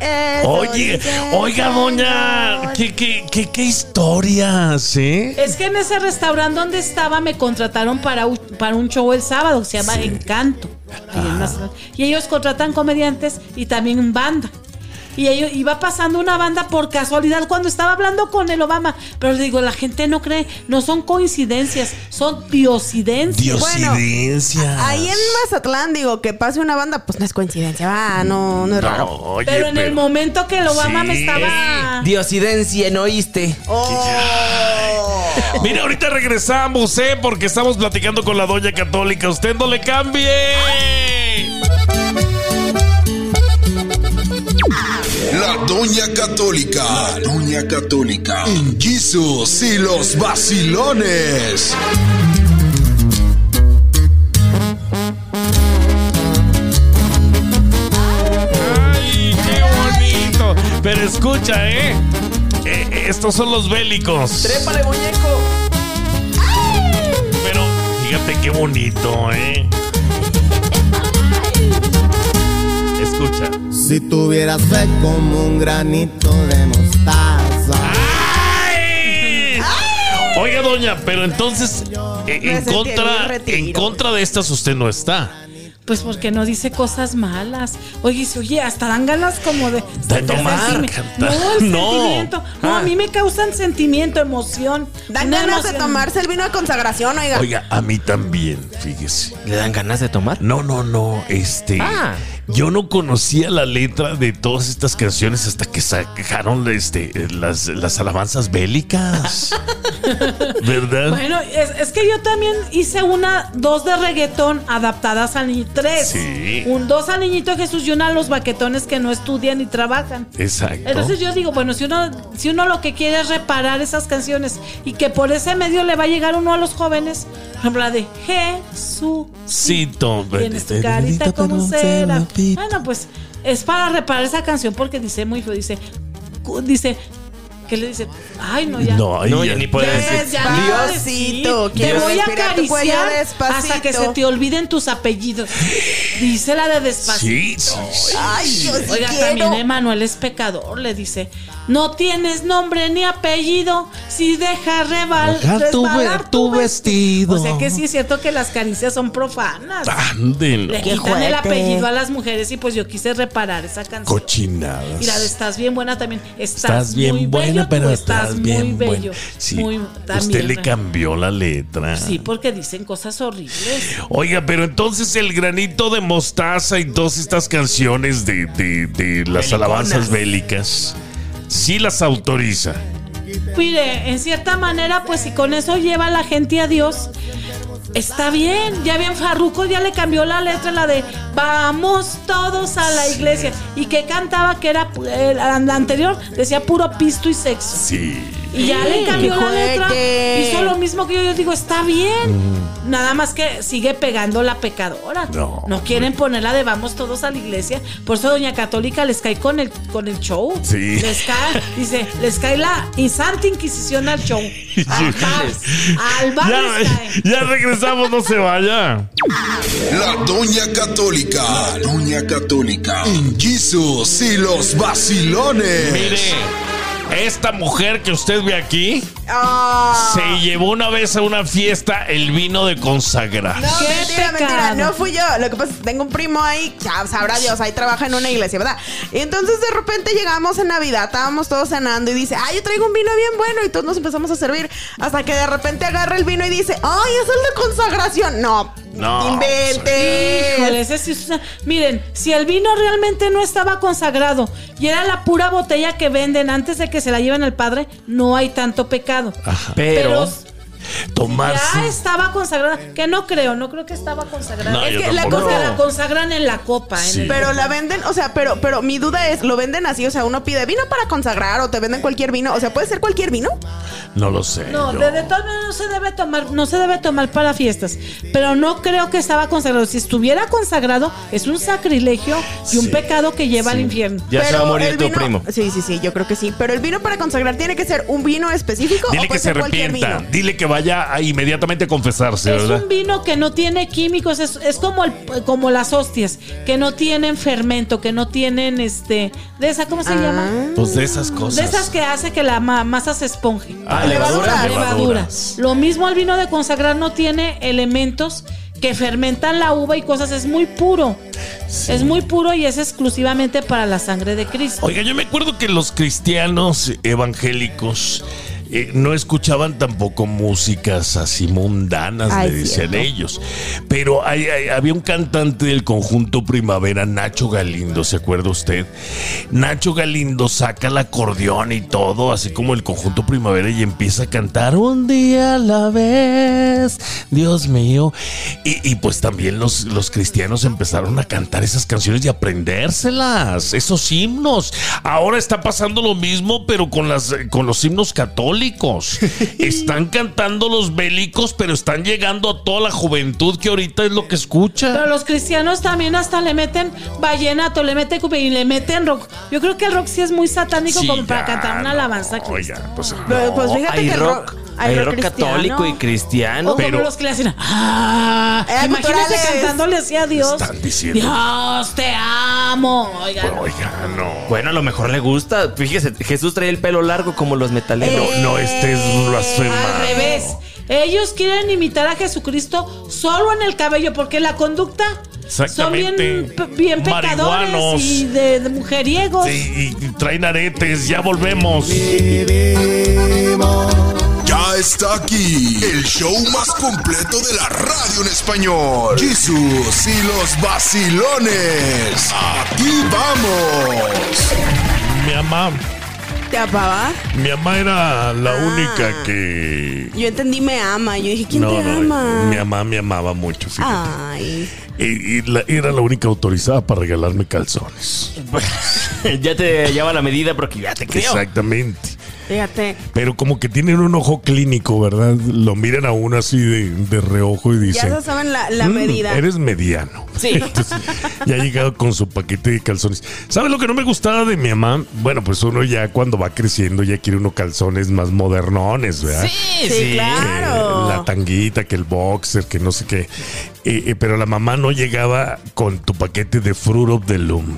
Speaker 3: eso?
Speaker 2: Oye,
Speaker 3: Dice el
Speaker 2: oiga, doña,
Speaker 3: Señor.
Speaker 2: ¿qué, qué, qué, qué historias, eh?
Speaker 5: Es que en ese restaurante donde estaba me contrataron para, u- para un show el sábado que se llama Encanto. ahí en Mazatlán. Y ellos contratan comediantes y también banda. Y ellos iba pasando una banda por casualidad cuando estaba hablando con el Obama. Pero le digo, la gente no cree, no son coincidencias, son diosidencias.
Speaker 2: Diosidencias.
Speaker 3: Ahí en Mazatlán, digo, que pase una banda, pues no es coincidencia. Va, no, no es
Speaker 2: No,
Speaker 3: raro.
Speaker 2: oye,
Speaker 5: pero en el momento que el Obama me
Speaker 2: Sí.
Speaker 5: estaba.
Speaker 4: Diosidencia, ¿no oíste?
Speaker 3: Oh.
Speaker 2: Mira, ahorita regresamos, ¿eh? Porque estamos platicando con la doña católica. Usted no le cambie.
Speaker 1: La Doña Católica. La Doña Católica. En Jesus y los vacilones.
Speaker 2: ¡Ay, qué bonito! Pero escucha, ¿eh? Eh, eh, Estos son los bélicos.
Speaker 4: ¡Trépale, muñeco!
Speaker 2: Pero fíjate qué bonito, ¿eh? Escucha.
Speaker 7: Si tuvieras fe como un granito de mostaza.
Speaker 2: ¡Ay! Oiga, doña, pero entonces eh,
Speaker 3: Me
Speaker 2: en
Speaker 3: sentí en un
Speaker 2: contra,
Speaker 3: retiro.
Speaker 2: en contra de estas usted no está.
Speaker 5: Pues porque no dice cosas malas. Oye, dice, oye, hasta dan ganas como de, de
Speaker 2: tomar,
Speaker 5: sentirme.
Speaker 2: Canta.
Speaker 5: No, Ah. el
Speaker 2: No.
Speaker 5: sentimiento. No, a mí me causan sentimiento, emoción.
Speaker 3: Dan
Speaker 5: Una
Speaker 3: ganas de
Speaker 5: emoción.
Speaker 3: tomarse el vino de consagración, oiga.
Speaker 2: Oiga, a mí también, fíjese.
Speaker 4: ¿Le dan ganas de tomar?
Speaker 2: No, no, no, este.
Speaker 4: Ah.
Speaker 2: Yo no conocía la letra de todas estas canciones hasta que sacaron este, las, las alabanzas bélicas. ¿Verdad?
Speaker 5: Bueno, es, es que yo también hice una, dos de reggaetón adaptadas al niño. Tres.
Speaker 2: Sí.
Speaker 5: Un, dos al niñito Jesús y una a los baquetones que no estudian ni trabajan.
Speaker 2: Exacto.
Speaker 5: Entonces yo digo, bueno, si uno, si uno lo que quiere es reparar esas canciones y que por ese medio le va a llegar uno a los jóvenes, por ejemplo, la de Jesús.
Speaker 2: Cito. este,
Speaker 5: Tienes tu carita como un serafín. Bueno, pues es para reparar esa canción porque dice muy feo, dice, cu- dice, ¿qué le dice? Ay, no, ya.
Speaker 2: No, ahí
Speaker 4: No,
Speaker 2: ya-
Speaker 4: ya ni puedo decir.
Speaker 5: ya no
Speaker 4: Dios,
Speaker 3: Despacito,
Speaker 5: te
Speaker 3: quiero
Speaker 5: voy a
Speaker 3: respirar tu cuello
Speaker 5: acariciar
Speaker 3: despacito.
Speaker 5: hasta que se te olviden tus apellidos. Dice la de
Speaker 2: Sí,
Speaker 5: despacito.
Speaker 2: sí, sí.
Speaker 3: Ay, yo Pues sí
Speaker 5: Oiga,
Speaker 3: quiero.
Speaker 5: también Emanuel es pecador, le dice, no tienes nombre ni apellido, si deja rebal,
Speaker 2: Deja tu ve-
Speaker 5: resbalar
Speaker 2: tu vestido.
Speaker 5: O sea que sí es cierto que las caricias son profanas.
Speaker 2: Anden.
Speaker 5: Le
Speaker 3: Qué
Speaker 5: quitan el
Speaker 3: fuerte.
Speaker 5: apellido a las mujeres y pues yo quise reparar esa canción.
Speaker 2: Cochinadas.
Speaker 5: Y la de estás bien buena también. Estás,
Speaker 2: Estás
Speaker 5: bien
Speaker 2: bien buena, pero estás bien
Speaker 5: muy bello.
Speaker 2: buena. Sí,
Speaker 5: Muy-
Speaker 2: usted
Speaker 5: también,
Speaker 2: le
Speaker 5: ¿no?
Speaker 2: cambió la letra.
Speaker 5: Sí, porque dicen cosas horribles.
Speaker 2: Oiga, pero entonces el granito de mostaza y todas estas canciones de, de- de las
Speaker 4: Beliconas.
Speaker 2: alabanzas bélicas, sí las autoriza.
Speaker 5: Mire, en cierta manera, pues si con eso lleva a la gente a Dios, está bien. Ya bien, Farruco ya le cambió la letra, la de vamos todos a la iglesia. Y que cantaba que era, eh, la la anterior decía puro pisto y sexo.
Speaker 2: Sí.
Speaker 5: Y ya le cambió
Speaker 3: "Eh, ¡Qué
Speaker 5: la letra.
Speaker 3: fuerte!
Speaker 5: Hizo lo mismo que yo, yo digo, está bien. Nada más que sigue pegando la pecadora.
Speaker 2: No.
Speaker 5: quieren ponerla de vamos todos a la iglesia. Por eso Doña Católica les cae con el, con el show.
Speaker 2: Sí.
Speaker 5: Les cae, dice, les cae la Santa Inquisición al show. Al bar, al bar
Speaker 2: Ya,
Speaker 5: les cae.
Speaker 2: ya regresamos, no se vaya.
Speaker 1: La Doña Católica. La Doña Católica. En Jesus y los vacilones.
Speaker 2: Mire, esta mujer que usted ve aquí
Speaker 5: ¿eh?
Speaker 3: Ah.
Speaker 2: se llevó una vez a una fiesta el vino de consagrar.
Speaker 3: No,
Speaker 5: ¡Qué
Speaker 3: Oh, mentira, mentira,
Speaker 5: pecado!
Speaker 3: no fui yo. Lo que pasa es que tengo un primo ahí, ya sabrá Dios, ahí trabaja en una iglesia, ¿verdad? Y entonces de repente llegamos en Navidad, estábamos todos cenando y dice, ay, yo traigo un vino bien bueno y todos nos empezamos a servir. Hasta que de repente agarra el vino y dice, ay, es el de consagración. No,
Speaker 2: No,
Speaker 3: invente.
Speaker 5: Híjole, ese sí es una- Miren, si el vino realmente no estaba consagrado y era la pura botella que venden antes de que se la lleven al padre, no hay tanto pecado.
Speaker 4: Pero,
Speaker 5: Pero
Speaker 2: Tomarse.
Speaker 5: Ya estaba consagrada. Que no creo, no creo que estaba consagrada.
Speaker 2: No,
Speaker 5: es
Speaker 2: yo
Speaker 5: que la,
Speaker 2: tampoco.
Speaker 5: cosa la consagran en la copa. en
Speaker 2: Sí.
Speaker 5: el-
Speaker 3: Pero la venden, o sea, pero, pero mi duda es, ¿lo venden así? O sea, uno pide vino para consagrar o te venden cualquier vino. O sea, ¿puede ser cualquier vino?
Speaker 2: No lo sé.
Speaker 5: no,
Speaker 2: yo-
Speaker 5: de, de todas maneras no se debe tomar, no se debe tomar para fiestas. Pero no creo que estaba consagrado. Si estuviera consagrado, es un sacrilegio y un
Speaker 2: Sí,
Speaker 5: pecado que lleva al infierno.
Speaker 4: ya se
Speaker 3: Pero
Speaker 4: va a morir
Speaker 3: el
Speaker 4: tu
Speaker 3: vino-
Speaker 4: primo.
Speaker 3: Sí, sí, sí, yo creo que sí. Pero el vino para consagrar tiene que ser un vino específico o
Speaker 2: Dile que
Speaker 3: puede
Speaker 2: se
Speaker 3: ser cualquier
Speaker 2: arrepienta.
Speaker 3: vino.
Speaker 2: Dile que vaya a inmediatamente a confesarse,
Speaker 5: Es
Speaker 2: ¿verdad?
Speaker 5: un vino que no tiene químicos, es, es como el, como las hostias, que no tienen fermento, que no tienen este, de esa, ¿cómo se llama?
Speaker 2: Pues de esas cosas.
Speaker 5: De esas que hace que la ma- masa se esponje.
Speaker 2: Ah,
Speaker 3: Levadura.
Speaker 5: levadura.
Speaker 2: levaduras.
Speaker 5: Lo mismo el vino de consagrar no tiene elementos que fermentan la uva y cosas, es muy puro. Es muy puro y es exclusivamente para la sangre de Cristo.
Speaker 2: Oiga, yo me acuerdo que los cristianos evangélicos eh, no escuchaban tampoco músicas así mundanas,
Speaker 3: Ay,
Speaker 2: le decían ellos. Pero hay- hay- había un cantante del conjunto Primavera, Nacho Galindo, ¿se acuerda usted? Nacho Galindo saca el acordeón y todo, así como el conjunto Primavera, y empieza a cantar un día a la vez, Dios mío. Y, y pues también los, los cristianos empezaron a cantar esas canciones y aprendérselas, esos himnos. Ahora está pasando lo mismo, pero con, las, con los himnos católicos. Están cantando los bélicos, pero están llegando a toda la juventud que ahorita es lo que
Speaker 5: Pero
Speaker 2: escucha.
Speaker 5: los cristianos también hasta le meten vallenato, le meten cumbia y le meten rock. Yo creo que el rock sí es muy satánico
Speaker 2: Sí,
Speaker 5: como para
Speaker 2: ya,
Speaker 5: cantar una
Speaker 2: no,
Speaker 5: alabanza a Cristo.
Speaker 2: oiga, pues,
Speaker 3: Pero, pues
Speaker 4: No,
Speaker 3: fíjate
Speaker 4: Oh, hay
Speaker 3: que el
Speaker 4: rock, hay rock
Speaker 3: cristiano.
Speaker 4: católico y
Speaker 5: O
Speaker 4: cristiano.
Speaker 5: como
Speaker 2: pero-
Speaker 5: los que le hacen. "Ah",
Speaker 3: Eh,
Speaker 5: imagínate
Speaker 3: culturales.
Speaker 5: cantándole así a Dios.
Speaker 2: Están diciendo.
Speaker 5: Dios te amo. Oiga,
Speaker 2: Pues,
Speaker 5: no.
Speaker 2: Oiga, no.
Speaker 4: Bueno, a lo mejor le gusta. Fíjese, Jesús trae el pelo largo como los metaleros.
Speaker 3: Eh.
Speaker 2: No, no estés blasfemando.
Speaker 5: Eh, Al revés. Ellos quieren imitar a Jesucristo solo en el cabello, porque la conducta son bien,
Speaker 2: Exactamente.
Speaker 5: pe- bien
Speaker 2: Marihuanos.
Speaker 5: pecadores y de, de mujeriegos.
Speaker 2: Sí, y traen aretes, ya volvemos.
Speaker 7: Vivimos
Speaker 1: Ya está aquí el show más completo de la radio en español. Jesús y los vacilones. Aquí vamos.
Speaker 2: Mi mamá,
Speaker 3: ¿Te amaba?
Speaker 2: mi mamá era la única que.
Speaker 3: Yo entendí me ama. Yo dije, Ah. ¿quién
Speaker 2: No,
Speaker 3: te
Speaker 2: no,
Speaker 3: ama? Ah.
Speaker 2: mi mamá me amaba mucho, fíjate.
Speaker 3: Ay.
Speaker 2: Y, y la- era la única autorizada para regalarme calzones.
Speaker 4: ya te lleva la medida porque ya te creo.
Speaker 2: Exactamente.
Speaker 3: Fíjate.
Speaker 2: Pero como que tienen un ojo clínico, ¿verdad? Lo miran a uno así de, de reojo y
Speaker 3: Ya
Speaker 2: dicen.
Speaker 3: se saben la, la
Speaker 2: "Mm,
Speaker 3: medida.
Speaker 2: Eres mediano.
Speaker 4: Sí.
Speaker 2: Entonces, ya ha llegado con su paquete de calzones. ¿Sabes lo que no me gustaba de mi mamá? Bueno, pues uno ya cuando va creciendo ya quiere uno calzones más modernones, ¿verdad?
Speaker 4: Sí,
Speaker 3: Sí, claro.
Speaker 2: que Eh, la tanguita, que el boxer, que no sé qué. Eh, eh, pero la mamá no llegaba con tu paquete de Fruit of the Loom.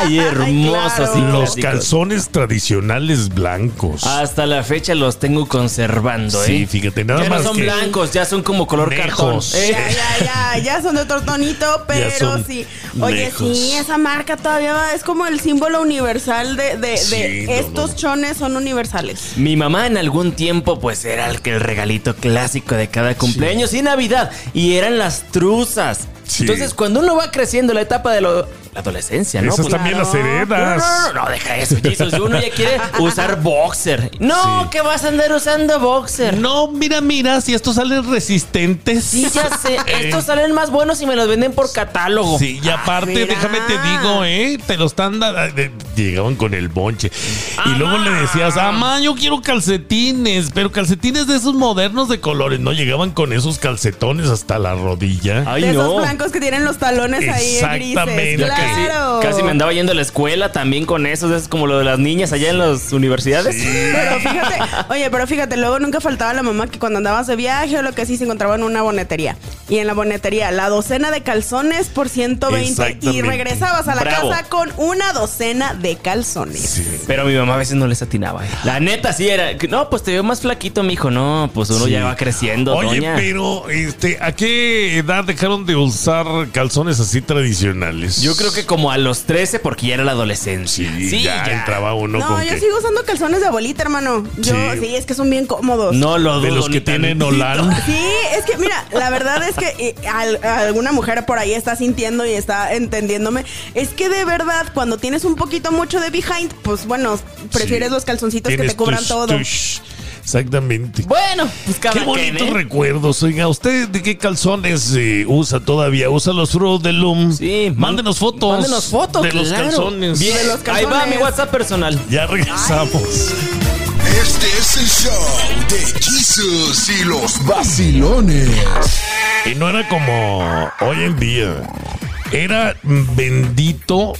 Speaker 4: Ay, hermosos
Speaker 3: Ay,
Speaker 4: y
Speaker 3: claro.
Speaker 2: Los
Speaker 4: clásicos.
Speaker 2: calzones tradicionales blancos.
Speaker 4: Hasta la fecha los tengo conservando,
Speaker 2: sí,
Speaker 4: ¿eh?
Speaker 2: fíjate, nada
Speaker 4: ya
Speaker 2: más
Speaker 4: no son
Speaker 2: que
Speaker 4: blancos, ya son como color cartón.
Speaker 2: Nejos.
Speaker 4: ¿eh?
Speaker 3: Ya, ya, ya, ya son de otro tonito, pero
Speaker 2: son
Speaker 3: sí. Oye,
Speaker 2: lejos.
Speaker 3: sí, esa marca todavía va- es como el símbolo universal de, de- de
Speaker 2: Sí, no,
Speaker 3: estos
Speaker 2: no.
Speaker 3: chones son universales.
Speaker 4: Mi mamá en algún tiempo pues era el que el regalito clásico de cada cumpleaños y Navidad y eran las truzas.
Speaker 2: Sí.
Speaker 4: Entonces cuando uno va creciendo la etapa de lo- la adolescencia, ¿no?
Speaker 2: esas
Speaker 4: Pues,
Speaker 2: también las
Speaker 4: No,
Speaker 2: heredas.
Speaker 4: no, no, no, deja eso, Jesus. Uno ya quiere usar boxer. No,
Speaker 2: Sí.
Speaker 4: que vas a andar usando boxer.
Speaker 2: No, mira, mira, si estos salen resistentes.
Speaker 4: Sí, ya sé. Estos salen más buenos y me los venden por catálogo.
Speaker 2: Sí, y aparte,
Speaker 4: Ah,
Speaker 3: mira.
Speaker 2: déjame te digo, ¿eh? Te lo están da- eh, Llegaban con el bonche.
Speaker 4: Ah.
Speaker 2: Y luego le decías, mamá, yo quiero calcetines, pero calcetines de esos modernos de colores. No llegaban con esos calcetones hasta la rodilla.
Speaker 4: Ay,
Speaker 3: de
Speaker 4: no.
Speaker 3: esos blancos que tienen los talones ahí
Speaker 2: Exactamente.
Speaker 3: grises.
Speaker 2: Casi-
Speaker 3: Claro.
Speaker 4: Casi me andaba yendo a la escuela también con esos. Es como lo de las niñas allá en las universidades.
Speaker 3: Pero fíjate, oye, pero fíjate, luego nunca faltaba la mamá que cuando andabas de viaje o lo que sí se encontraba en una bonetería. Y en la bonetería, la docena de calzones por 120 y
Speaker 2: Exactamente.
Speaker 3: regresabas a la
Speaker 4: Bravo.
Speaker 3: casa con una docena de calzones.
Speaker 4: Pero mi mamá a veces no les atinaba. ¿eh? La neta sí era. que, No, pues te veo más flaquito, mijo. No, pues uno
Speaker 2: Sí.
Speaker 4: ya va creciendo,
Speaker 2: Oye,
Speaker 4: doña.
Speaker 2: pero este, ¿a qué edad dejaron de usar calzones así tradicionales?
Speaker 4: Yo creo que como a los 13, porque ya era la adolescencia.
Speaker 2: sí, ya, entraba uno
Speaker 3: No,
Speaker 2: con
Speaker 3: yo
Speaker 2: que-
Speaker 3: sigo usando calzones de abuelita, hermano. Yo,
Speaker 2: Sí.
Speaker 3: sí, es que son bien cómodos.
Speaker 4: No lo dudo.
Speaker 2: de los
Speaker 4: ni
Speaker 2: que tienen
Speaker 4: tantito.
Speaker 2: Olan.
Speaker 3: Sí, es que mira, la verdad es que eh, al- alguna mujer por ahí está sintiendo y está entendiéndome. Es que de verdad, cuando tienes un poquito mucho de behind, pues bueno, prefieres
Speaker 2: Sí.
Speaker 3: los calzoncitos que
Speaker 2: Tienes
Speaker 3: te cubran
Speaker 2: tush,
Speaker 3: todo.
Speaker 2: tush. Exactamente.
Speaker 4: Bueno, pues cada
Speaker 2: Qué
Speaker 4: quien,
Speaker 2: bonitos
Speaker 4: ¿eh?
Speaker 2: recuerdos. Oiga, ¿usted de qué calzones eh, usa todavía? ¿Usa los Fruit de Loom?
Speaker 4: Sí, man-
Speaker 2: Mándenos fotos.
Speaker 4: Mándenos fotos,
Speaker 2: De los
Speaker 4: claro.
Speaker 2: calzones.
Speaker 4: Bien,
Speaker 3: De los
Speaker 4: ahí va mi
Speaker 3: calzones.
Speaker 4: WhatsApp personal.
Speaker 2: Ya regresamos.
Speaker 1: Este es el show de Jesús y los vacilones.
Speaker 2: Y no era como hoy en día. Era bendito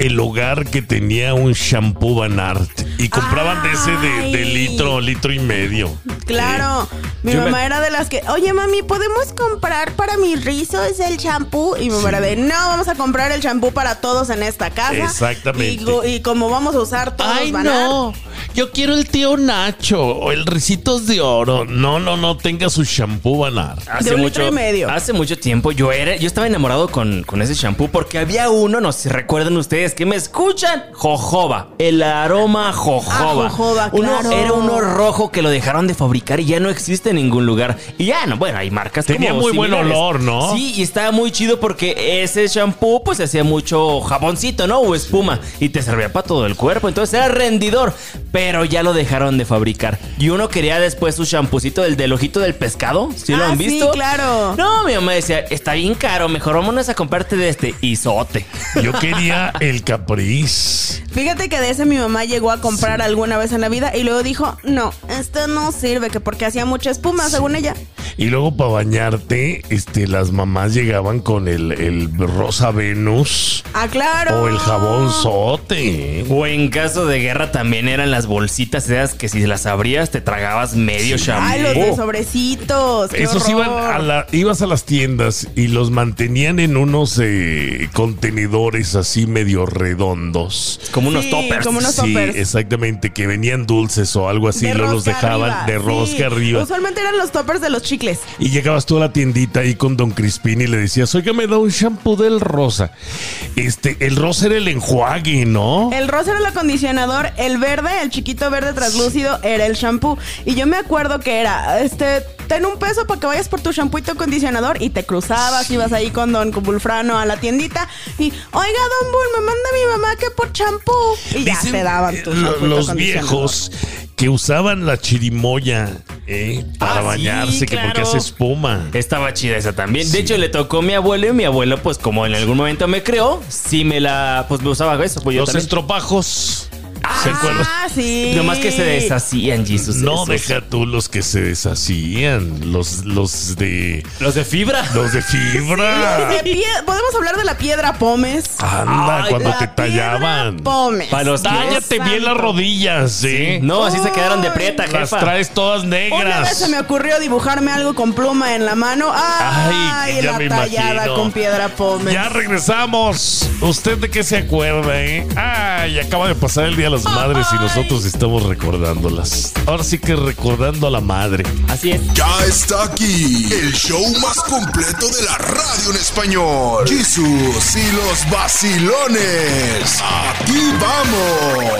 Speaker 2: el hogar que tenía un shampoo Van Aert. Y compraban de ese de, de
Speaker 3: Ay.
Speaker 2: litro, litro y medio.
Speaker 3: Claro. Mi
Speaker 4: Yo me-
Speaker 3: mamá era de las que, oye mami, ¿podemos comprar para mis rizos el champú? Y mi mamá era de, no, vamos a comprar el champú para todos en esta casa.
Speaker 2: Exactamente.
Speaker 3: Y, go- y como vamos a usar todos van a-
Speaker 2: Yo quiero el tío Nacho o el Ricitos de Oro. No, no, no. Tenga su shampoo Van Aert.
Speaker 3: De un litro y medio.
Speaker 4: Hace mucho tiempo yo era, yo estaba enamorado con, con ese shampoo porque había uno, no sé si recuerdan ustedes que me escuchan, jojoba, el aroma a jojoba.
Speaker 3: Ah, jojoba,
Speaker 4: uno,
Speaker 3: claro.
Speaker 4: Era uno rojo que lo dejaron de fabricar y ya no existe en ningún lugar. Y ya no, bueno, hay marcas
Speaker 2: Tenía
Speaker 4: como
Speaker 2: muy buen
Speaker 4: similares.
Speaker 2: olor, ¿no?
Speaker 4: Sí, y estaba muy chido porque ese shampoo pues hacía mucho jaboncito, ¿no? O espuma y te servía para todo el cuerpo, entonces era rendidor, pero ya lo dejaron de fabricar. Y uno quería después su champucito del del ojito del pescado, ¿sí lo
Speaker 3: Ah,
Speaker 4: han
Speaker 3: sí,
Speaker 4: visto?
Speaker 3: claro.
Speaker 4: No, mi mamá decía, está bien caro, mejor vámonos a comprarte de este isote.
Speaker 2: Yo quería el Capriz.
Speaker 3: Fíjate que de ese mi mamá llegó a comprar alguna vez en la vida y luego dijo, no, esto no sirve, que porque hacía mucha espuma, según ella.
Speaker 2: Y luego para bañarte, este, las mamás llegaban con el, el Rosa Venus
Speaker 3: Ah, claro.
Speaker 2: o el jabón sote.
Speaker 4: O en caso de guerra también eran las bolsitas esas que si las abrías te tragabas medio shampoo.
Speaker 3: Ay, Ah, los de sobrecitos. qué
Speaker 2: Esos
Speaker 3: horror.
Speaker 2: iban a la, ibas a las tiendas y los mantenían en unos eh, contenedores así medio redondos.
Speaker 4: Como unos
Speaker 3: Sí,
Speaker 4: toppers.
Speaker 3: como unos
Speaker 2: sí,
Speaker 3: toppers.
Speaker 2: exactamente, que venían dulces o algo así,
Speaker 3: De
Speaker 2: luego los
Speaker 3: rosca
Speaker 2: dejaban
Speaker 3: arriba,
Speaker 2: de rosca
Speaker 3: sí.
Speaker 2: arriba.
Speaker 3: Usualmente eran los toppers de los chicles.
Speaker 2: Y llegabas tú a la tiendita ahí con Don Crispín y le decías, oiga, me da un shampoo del rosa. Este, el rosa era el enjuague, ¿no?
Speaker 3: El rosa era el acondicionador, el verde, el chiquito verde translúcido, era el shampoo. Y yo me acuerdo que era, este, ten un peso para que vayas por tu shampoo y tu acondicionador. Y te cruzabas, ibas ahí con Don Bulfrano a la tiendita. Y, oiga, Don Bull, me manda mi mamá que por shampoo. Y ya
Speaker 2: Dicen,
Speaker 3: te daban tu
Speaker 2: eh,
Speaker 3: shampoo. y tu
Speaker 2: Los
Speaker 3: acondicionador.
Speaker 2: viejos que usaban la chirimoya ¿eh? para
Speaker 4: Ah, sí,
Speaker 2: bañarse, que porque
Speaker 4: claro.
Speaker 2: hace espuma.
Speaker 4: Estaba chida esa también.
Speaker 2: Sí.
Speaker 4: De hecho, le tocó a mi abuelo y mi abuelo, pues como en algún momento me creó, sí me la, pues me usaba eso. Pues yo
Speaker 2: Los
Speaker 4: también.
Speaker 2: estropajos. ¿Se acuerdan?
Speaker 3: Ah, sí.
Speaker 4: Nomás que se deshacían, Jesús.
Speaker 2: No,
Speaker 4: esos.
Speaker 2: deja tú los que se deshacían, los, los de.
Speaker 4: Los de fibra.
Speaker 2: Los de fibra.
Speaker 3: De pie- Podemos hablar de la piedra Pómez.
Speaker 2: Anda,
Speaker 4: Ay,
Speaker 2: cuando
Speaker 3: La
Speaker 2: te tallaban.
Speaker 3: Piedra Pómez.
Speaker 4: Pa' los
Speaker 2: Tállate
Speaker 3: Dios
Speaker 2: bien las
Speaker 3: santo.
Speaker 2: rodillas, ¿eh?
Speaker 4: No, así se quedaron de prieta,
Speaker 2: Las
Speaker 4: jefa.
Speaker 2: traes todas
Speaker 3: Una vez se
Speaker 2: negras.
Speaker 3: me ocurrió dibujarme algo con pluma en la mano.
Speaker 2: Ay,
Speaker 3: ¡Ay!
Speaker 2: ya
Speaker 3: la
Speaker 2: me
Speaker 3: tallada
Speaker 2: imagino.
Speaker 3: con piedra Pómez.
Speaker 2: Ya regresamos. ¿Usted de qué se acuerda, eh? Ay, acaba de pasar el Día de las Madres y nosotros estamos recordándolas. Ahora sí que recordando a la madre.
Speaker 4: Así es.
Speaker 1: Ya está aquí el show más completo de la radio en español. Jesús y los vacilones. Aquí vamos.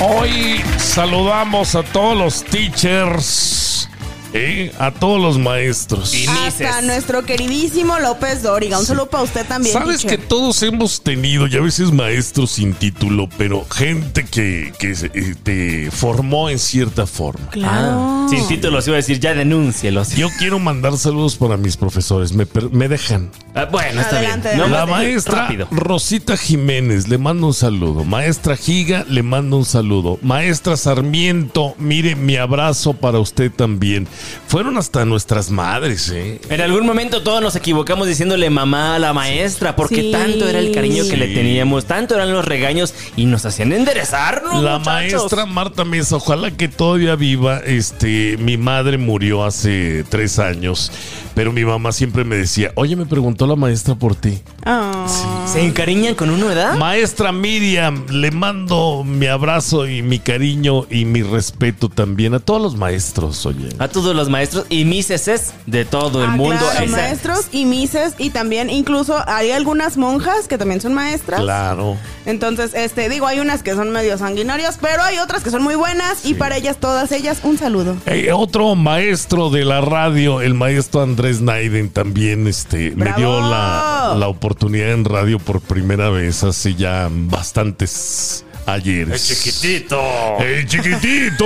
Speaker 2: Hoy saludamos a todos los teachers, ¿eh? a todos los maestros.
Speaker 3: Hasta
Speaker 4: Mises.
Speaker 3: nuestro queridísimo López Dóriga. Un saludo para usted también.
Speaker 2: Sabes que
Speaker 3: teacher.
Speaker 2: todos hemos tenido, y a veces maestros sin título, pero gente que, que se- eh, te formó en cierta forma.
Speaker 3: Claro.
Speaker 4: Ah, Sin títulos iba a decir, ya denúncielos.
Speaker 2: Yo quiero mandar saludos para mis profesores, me, per- me dejan.
Speaker 4: Ah, bueno, está
Speaker 3: Adelante,
Speaker 4: bien.
Speaker 3: adelante.
Speaker 2: La
Speaker 4: más-
Speaker 2: maestra
Speaker 4: Rápido.
Speaker 2: Rosita Jiménez, le mando un saludo. Maestra Giga, le mando un saludo. Maestra Sarmiento, mire, mi abrazo para usted también. Fueron hasta nuestras madres, ¿eh?
Speaker 4: En algún momento todos nos equivocamos diciéndole mamá a la maestra, porque
Speaker 3: Sí.
Speaker 4: tanto era el cariño que le teníamos, tanto eran los regaños y nos hacían enderezarnos.
Speaker 2: La
Speaker 4: muchachos.
Speaker 2: maestra Marta Mesa, ojalá que todavía viva. Este, mi madre murió hace tres años, pero mi mamá siempre me decía, oye, me preguntó la maestra por ti.
Speaker 3: Ah.
Speaker 4: ¿Se encariñan con uno, edad?
Speaker 2: Maestra Miriam, le mando mi abrazo y mi cariño y mi respeto también a todos los maestros, oye.
Speaker 4: A todos los maestros y miseses de todo el
Speaker 3: Ah,
Speaker 4: mundo.
Speaker 3: claro,
Speaker 4: Esa-
Speaker 3: maestros y mises y también incluso hay algunas monjas que también son maestras.
Speaker 2: Claro.
Speaker 3: Entonces, este, digo, hay unas que son medio sanguinarias, pero hay otras que son muy buenas y para ellas, todas ellas, un saludo.
Speaker 2: Eh, otro maestro de la radio, el maestro Andrés Naiden, también este, me
Speaker 3: ¡Bravo!
Speaker 2: dio la, la oportunidad en radio por primera vez hace ya bastantes ayeres. ¡El chiquitito!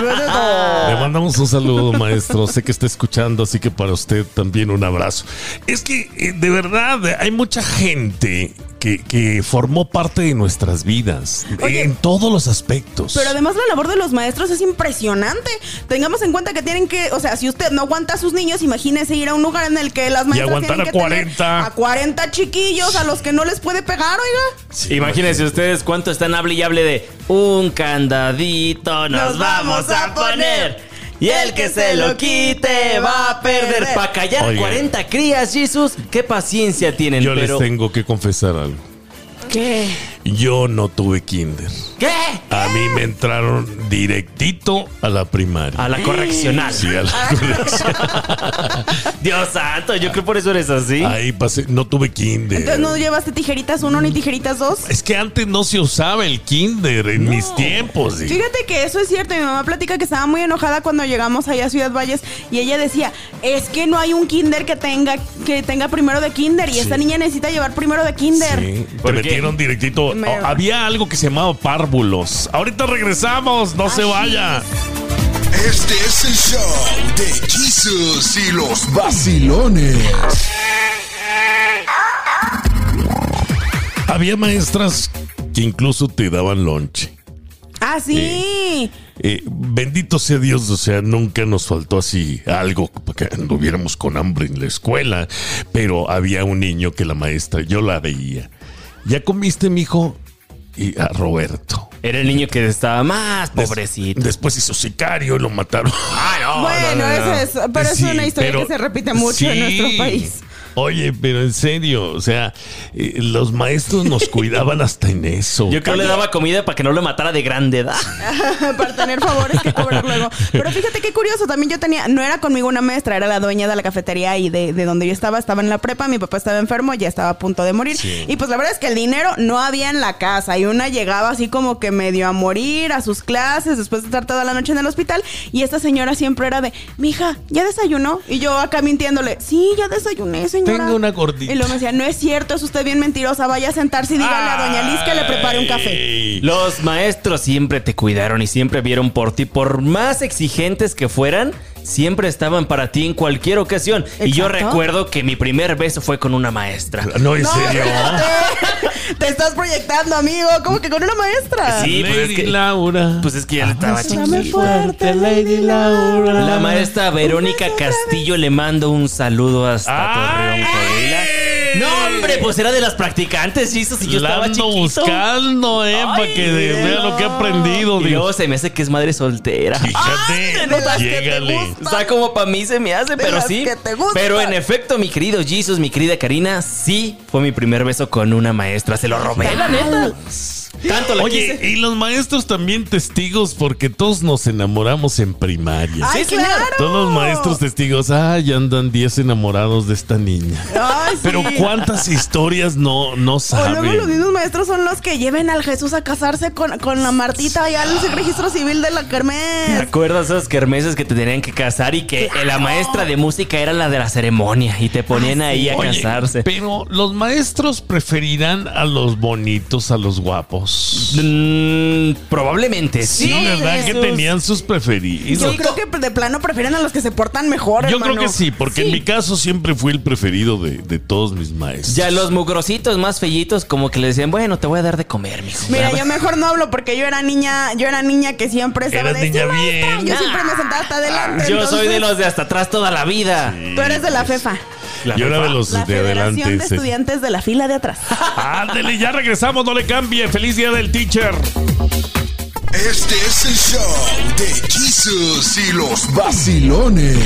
Speaker 2: Le mandamos un saludo, maestro. Sé que está escuchando, así que para usted también un abrazo. Es que, eh, de verdad, hay mucha gente que, que formó parte de nuestras vidas
Speaker 3: Oye.
Speaker 2: en todos los aspectos.
Speaker 3: Pero además la labor de los maestros es impresionante. Tengamos en cuenta que tienen que, o sea, si usted no aguanta a sus niños, imagínese ir a un lugar en el que las maestras
Speaker 2: aguantar
Speaker 3: tienen
Speaker 2: a
Speaker 3: que tener
Speaker 2: 40.
Speaker 3: a 40 chiquillos a los que no les puede pegar, oiga.
Speaker 2: Sí,
Speaker 4: Imagínense ustedes cuánto están hable y hable de un candadito nos,
Speaker 3: Nos
Speaker 4: vamos a poner. Y el que se lo quite va a perder. Para callar
Speaker 2: Oigan.
Speaker 4: 40 crías, Jesús, qué paciencia tienen.
Speaker 2: Yo
Speaker 4: pero...
Speaker 2: les tengo que confesar algo.
Speaker 3: ¿Qué?
Speaker 2: Yo no tuve kinder.
Speaker 4: ¿Qué?
Speaker 2: A mí me entraron directito a la primaria.
Speaker 4: A la correccional.
Speaker 2: Sí, a
Speaker 3: Ah.
Speaker 2: la corrección.
Speaker 4: Dios santo, yo creo por eso eres así.
Speaker 2: Ahí pasé. No tuve kinder.
Speaker 3: Entonces no llevaste tijeritas uno ni tijeritas dos.
Speaker 2: Es que antes no se usaba el kinder en mis tiempos. sí.
Speaker 3: Fíjate que eso es cierto. Mi mamá platica que estaba muy enojada cuando llegamos allá a Ciudad Valles y ella decía, es que no hay un kinder que tenga, que tenga primero de kinder y esta niña necesita llevar primero de kinder.
Speaker 2: Sí, te
Speaker 4: ¿Por qué?
Speaker 2: metieron directito.
Speaker 3: Me-
Speaker 2: Oh, había algo que se llamaba párvulos. Ahorita regresamos, no se
Speaker 3: Así
Speaker 2: vaya.
Speaker 1: Este es el show de Jesús y los vacilones.
Speaker 2: Había maestras que incluso te daban lonche.
Speaker 3: Ah, sí.
Speaker 2: Eh, bendito sea Dios, o sea, nunca nos faltó así algo para que anduviéramos con hambre en la escuela, pero había un niño que la maestra, yo la veía. ¿Ya comiste, mijo? Y a Roberto.
Speaker 4: Era el niño que estaba más
Speaker 2: Des-
Speaker 4: pobrecito.
Speaker 2: Después hizo sicario y lo mataron.
Speaker 4: Ah, no,
Speaker 3: bueno,
Speaker 4: no, no, no.
Speaker 3: eso es, pero
Speaker 2: Sí,
Speaker 3: es una historia
Speaker 2: pero-
Speaker 3: que se repite mucho en
Speaker 2: sí.
Speaker 3: nuestro país.
Speaker 2: Oye, pero en serio, o sea, eh, los maestros nos cuidaban hasta en eso.
Speaker 4: Yo creo que le daba comida para que no lo matara de grande edad.
Speaker 3: para tener favores que cobrar luego. Pero fíjate qué curioso, también yo tenía, no era conmigo una maestra, era la dueña de la cafetería y de, de donde yo estaba, estaba en la prepa, mi papá estaba enfermo, ya estaba a punto de morir. Y pues la verdad es que el dinero no había en la casa y una llegaba así como que medio a morir a sus clases después de estar toda la noche en el hospital y esta señora siempre era de, mija, ¿ya desayunó? Y yo acá mintiéndole, sí, ya desayuné, señora.
Speaker 2: Tengo una gordita.
Speaker 3: Y luego me decía, no es cierto, es usted bien mentirosa, vaya a sentarse y dígale a doña Liz que le prepare un café.
Speaker 2: Ay.
Speaker 4: Los maestros siempre te cuidaron y siempre vieron por ti. Por más exigentes que fueran, siempre estaban para ti en cualquier ocasión. Y
Speaker 3: Exacto.
Speaker 4: yo
Speaker 2: Ah,
Speaker 4: recuerdo que mi primer beso fue con una maestra.
Speaker 2: No, en serio.
Speaker 3: fíjate. Te estás proyectando, amigo. Como que con una maestra.
Speaker 4: Sí, pues es
Speaker 2: Lady
Speaker 4: que-
Speaker 2: Laura.
Speaker 4: Pues es que ya
Speaker 3: Ah,
Speaker 4: le estaba
Speaker 3: Abrázame
Speaker 4: chiquito.
Speaker 3: fuerte, Lady Laura.
Speaker 4: La maestra Verónica
Speaker 3: beso otra
Speaker 4: Castillo le mando un saludo hasta
Speaker 2: ¡Ay!
Speaker 4: Torreón, Coahuila. No, hombre, pues era de las practicantes y eso si yo
Speaker 2: la
Speaker 4: estaba
Speaker 2: ando
Speaker 4: chiquito.
Speaker 2: buscando, eh, para que
Speaker 4: Dios.
Speaker 2: vea lo que he aprendido.
Speaker 4: Y luego
Speaker 2: Dios.
Speaker 4: se me hace que es madre soltera.
Speaker 2: Fíjate,
Speaker 3: notas que te
Speaker 2: llégale.
Speaker 3: gusta.
Speaker 4: O sea, como para mí se me hace,
Speaker 3: De
Speaker 4: pero
Speaker 3: las
Speaker 4: sí.
Speaker 3: que te gustan.
Speaker 4: Pero en efecto, mi querido Jesus, mi querida Karina, sí fue mi primer beso con una maestra. Se lo robé, la neta. Tanto la
Speaker 2: Oye,
Speaker 4: quise.
Speaker 2: y los maestros también testigos, porque todos nos enamoramos en primaria.
Speaker 3: Ay,
Speaker 4: Sí, señor.
Speaker 3: claro.
Speaker 2: Todos los maestros testigos, ay, andan 10 enamorados de esta niña.
Speaker 3: Ay, sí.
Speaker 2: Pero cuántas historias no, no
Speaker 3: O luego los
Speaker 2: saben.
Speaker 3: mismos maestros son los que lleven al Jesús a casarse con, con la Martita allá al registro civil de la
Speaker 4: ¿Te
Speaker 3: Kermés.
Speaker 4: acuerdas esas kermeses que te tenían que casar y que eh, la maestra de música era la de la ceremonia y te ponían ahí a
Speaker 2: Ah, Oye,
Speaker 4: casarse?
Speaker 2: Pero los maestros preferirán a los bonitos, a los guapos.
Speaker 4: Mm, probablemente sí.
Speaker 2: Sí, ¿verdad?
Speaker 3: Jesús.
Speaker 2: Que tenían sus preferidos.
Speaker 3: Yo creo que de plano prefieren a los que se portan mejor.
Speaker 2: Yo
Speaker 3: hermano.
Speaker 2: creo que sí, porque en mi caso siempre fui el preferido de, de todos mis maestros.
Speaker 4: Ya los mugrositos más fellitos como que le decían, bueno, te voy a dar de comer, mijo.
Speaker 3: Mira, yo mejor no hablo porque yo era niña, yo era niña que siempre estaba
Speaker 2: Eras
Speaker 3: de
Speaker 2: niña
Speaker 3: "Sí, maestra".
Speaker 2: bien.
Speaker 3: Yo siempre me sentaba hasta adelante.
Speaker 4: Yo soy de
Speaker 3: entonces,
Speaker 4: los de hasta atrás toda la vida.
Speaker 3: Tú eres de la FEFA,
Speaker 2: Yo era de los
Speaker 3: la
Speaker 2: de
Speaker 3: Federación
Speaker 2: adelante.
Speaker 3: de
Speaker 2: sí.
Speaker 3: Estudiantes de la Fila de Atrás.
Speaker 2: Ándele, ya regresamos, no le cambie. Feliz día del teacher.
Speaker 1: Este es el show de Jesus y los vacilones.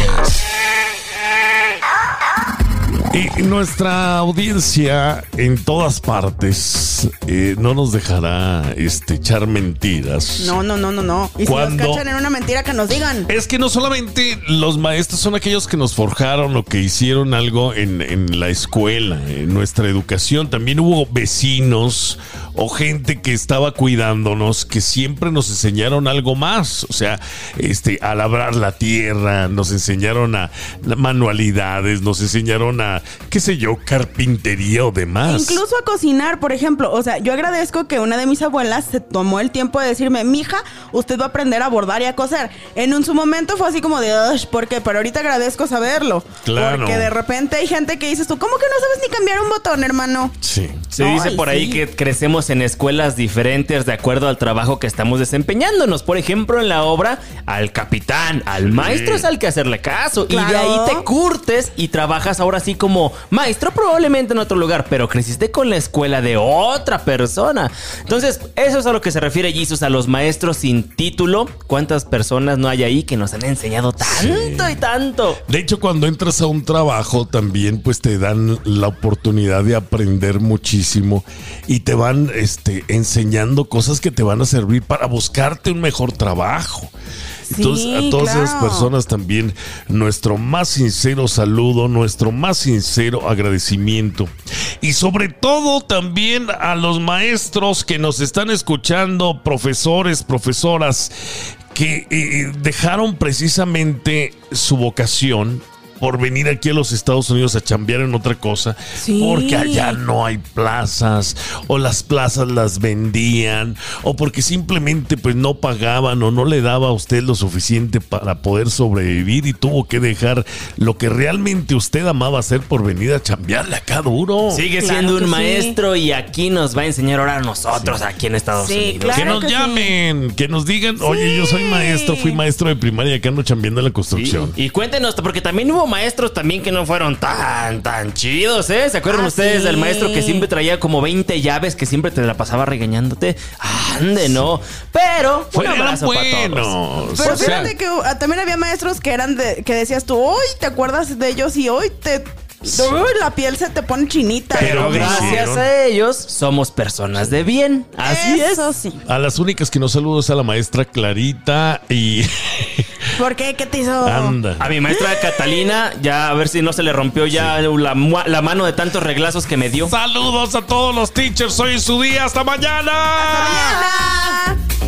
Speaker 2: Y nuestra audiencia en todas partes eh, no nos dejará este, echar mentiras.
Speaker 3: No, no, no, no, no. Y si
Speaker 2: ¿Cuándo?
Speaker 3: nos cachan en una mentira que nos digan.
Speaker 2: Es que no solamente los maestros son aquellos que nos forjaron o que hicieron algo en, en la escuela, en nuestra educación. También hubo vecinos o gente que estaba cuidándonos que siempre nos enseñaron algo más. O sea, este, a labrar la tierra, nos enseñaron a manualidades, nos enseñaron a, qué sé yo, carpintería o demás.
Speaker 3: Incluso a cocinar, por ejemplo. O sea, yo agradezco que una de mis abuelas se tomó el tiempo de decirme, mija, usted va a aprender a bordar y a coser. En un su momento fue así como de, "Ush, ¿por qué? Pero ahorita agradezco saberlo.
Speaker 2: Claro.
Speaker 3: Porque de repente hay gente que dices tú, ¿cómo que no sabes ni cambiar un botón, hermano?
Speaker 2: Sí.
Speaker 4: Se
Speaker 3: Ay,
Speaker 4: dice por ahí
Speaker 3: sí.
Speaker 4: que crecemos en escuelas diferentes de acuerdo al trabajo que estamos desempeñándonos. Por ejemplo, en la obra, al capitán, al maestro es al que hacerle caso. Y de
Speaker 3: Claro.
Speaker 4: ahí te curtes y trabajas ahora sí como maestro probablemente en otro lugar, pero creciste con la escuela de otra persona. Entonces, eso es a lo que se refiere Jesus, a los maestros sin título. ¿Cuántas personas no hay ahí que nos han enseñado tanto y tanto?
Speaker 2: De hecho, cuando entras a un trabajo también pues te dan la oportunidad de aprender muchísimo y te van este, enseñando cosas que te van a servir para buscarte un mejor trabajo. Entonces, a todas esas
Speaker 3: claro.
Speaker 2: personas también nuestro más sincero saludo, nuestro más sincero agradecimiento. Y sobre todo también a los maestros que nos están escuchando, profesores, profesoras, que eh, dejaron precisamente su vocación por venir aquí a los Estados Unidos a chambear en otra cosa,
Speaker 3: Sí.
Speaker 2: porque allá no hay plazas, o las plazas las vendían, o porque simplemente pues no pagaban o no le daba a usted lo suficiente para poder sobrevivir y tuvo que dejar lo que realmente usted amaba hacer por venir a chambearle acá duro.
Speaker 4: Sigue
Speaker 3: Claro
Speaker 4: siendo un
Speaker 3: que sí.
Speaker 4: maestro y aquí nos va a enseñar ahora a nosotros aquí en Estados
Speaker 3: Sí,
Speaker 4: Unidos.
Speaker 3: claro.
Speaker 2: que nos
Speaker 3: que sí.
Speaker 2: llamen, que nos digan, oye, yo soy maestro, fui maestro de primaria, acá ando chambeando en la construcción.
Speaker 4: Y, y cuéntenos, porque también hubo maestros también que no fueron tan, tan chidos, ¿eh? ¿Se acuerdan
Speaker 3: Ah,
Speaker 4: ustedes
Speaker 3: sí.
Speaker 4: del maestro que siempre traía como 20 llaves, que siempre te la pasaba regañándote? Ande, no. Pero, un
Speaker 2: Fueron
Speaker 4: abrazo para todos.
Speaker 2: buenos. Pues
Speaker 3: Pero
Speaker 2: O sea,
Speaker 3: fíjate que ah, también había maestros que eran de, que decías tú, hoy te acuerdas de ellos y hoy te Uy, la piel se te pone chinita.
Speaker 2: Pero
Speaker 4: Pero gracias
Speaker 2: hicieron.
Speaker 4: a ellos somos personas de bien. Así es.
Speaker 3: Eso sí.
Speaker 2: A las únicas que no saludo es a la maestra Clarita y
Speaker 3: ¿Por qué? ¿Qué te hizo?
Speaker 2: anda.
Speaker 4: A mi maestra Catalina, ya a ver si no se le rompió ya la, mua- la mano de tantos reglazos que me dio.
Speaker 2: Saludos a todos los teachers, hoy es su día, hasta mañana.
Speaker 3: Mañana.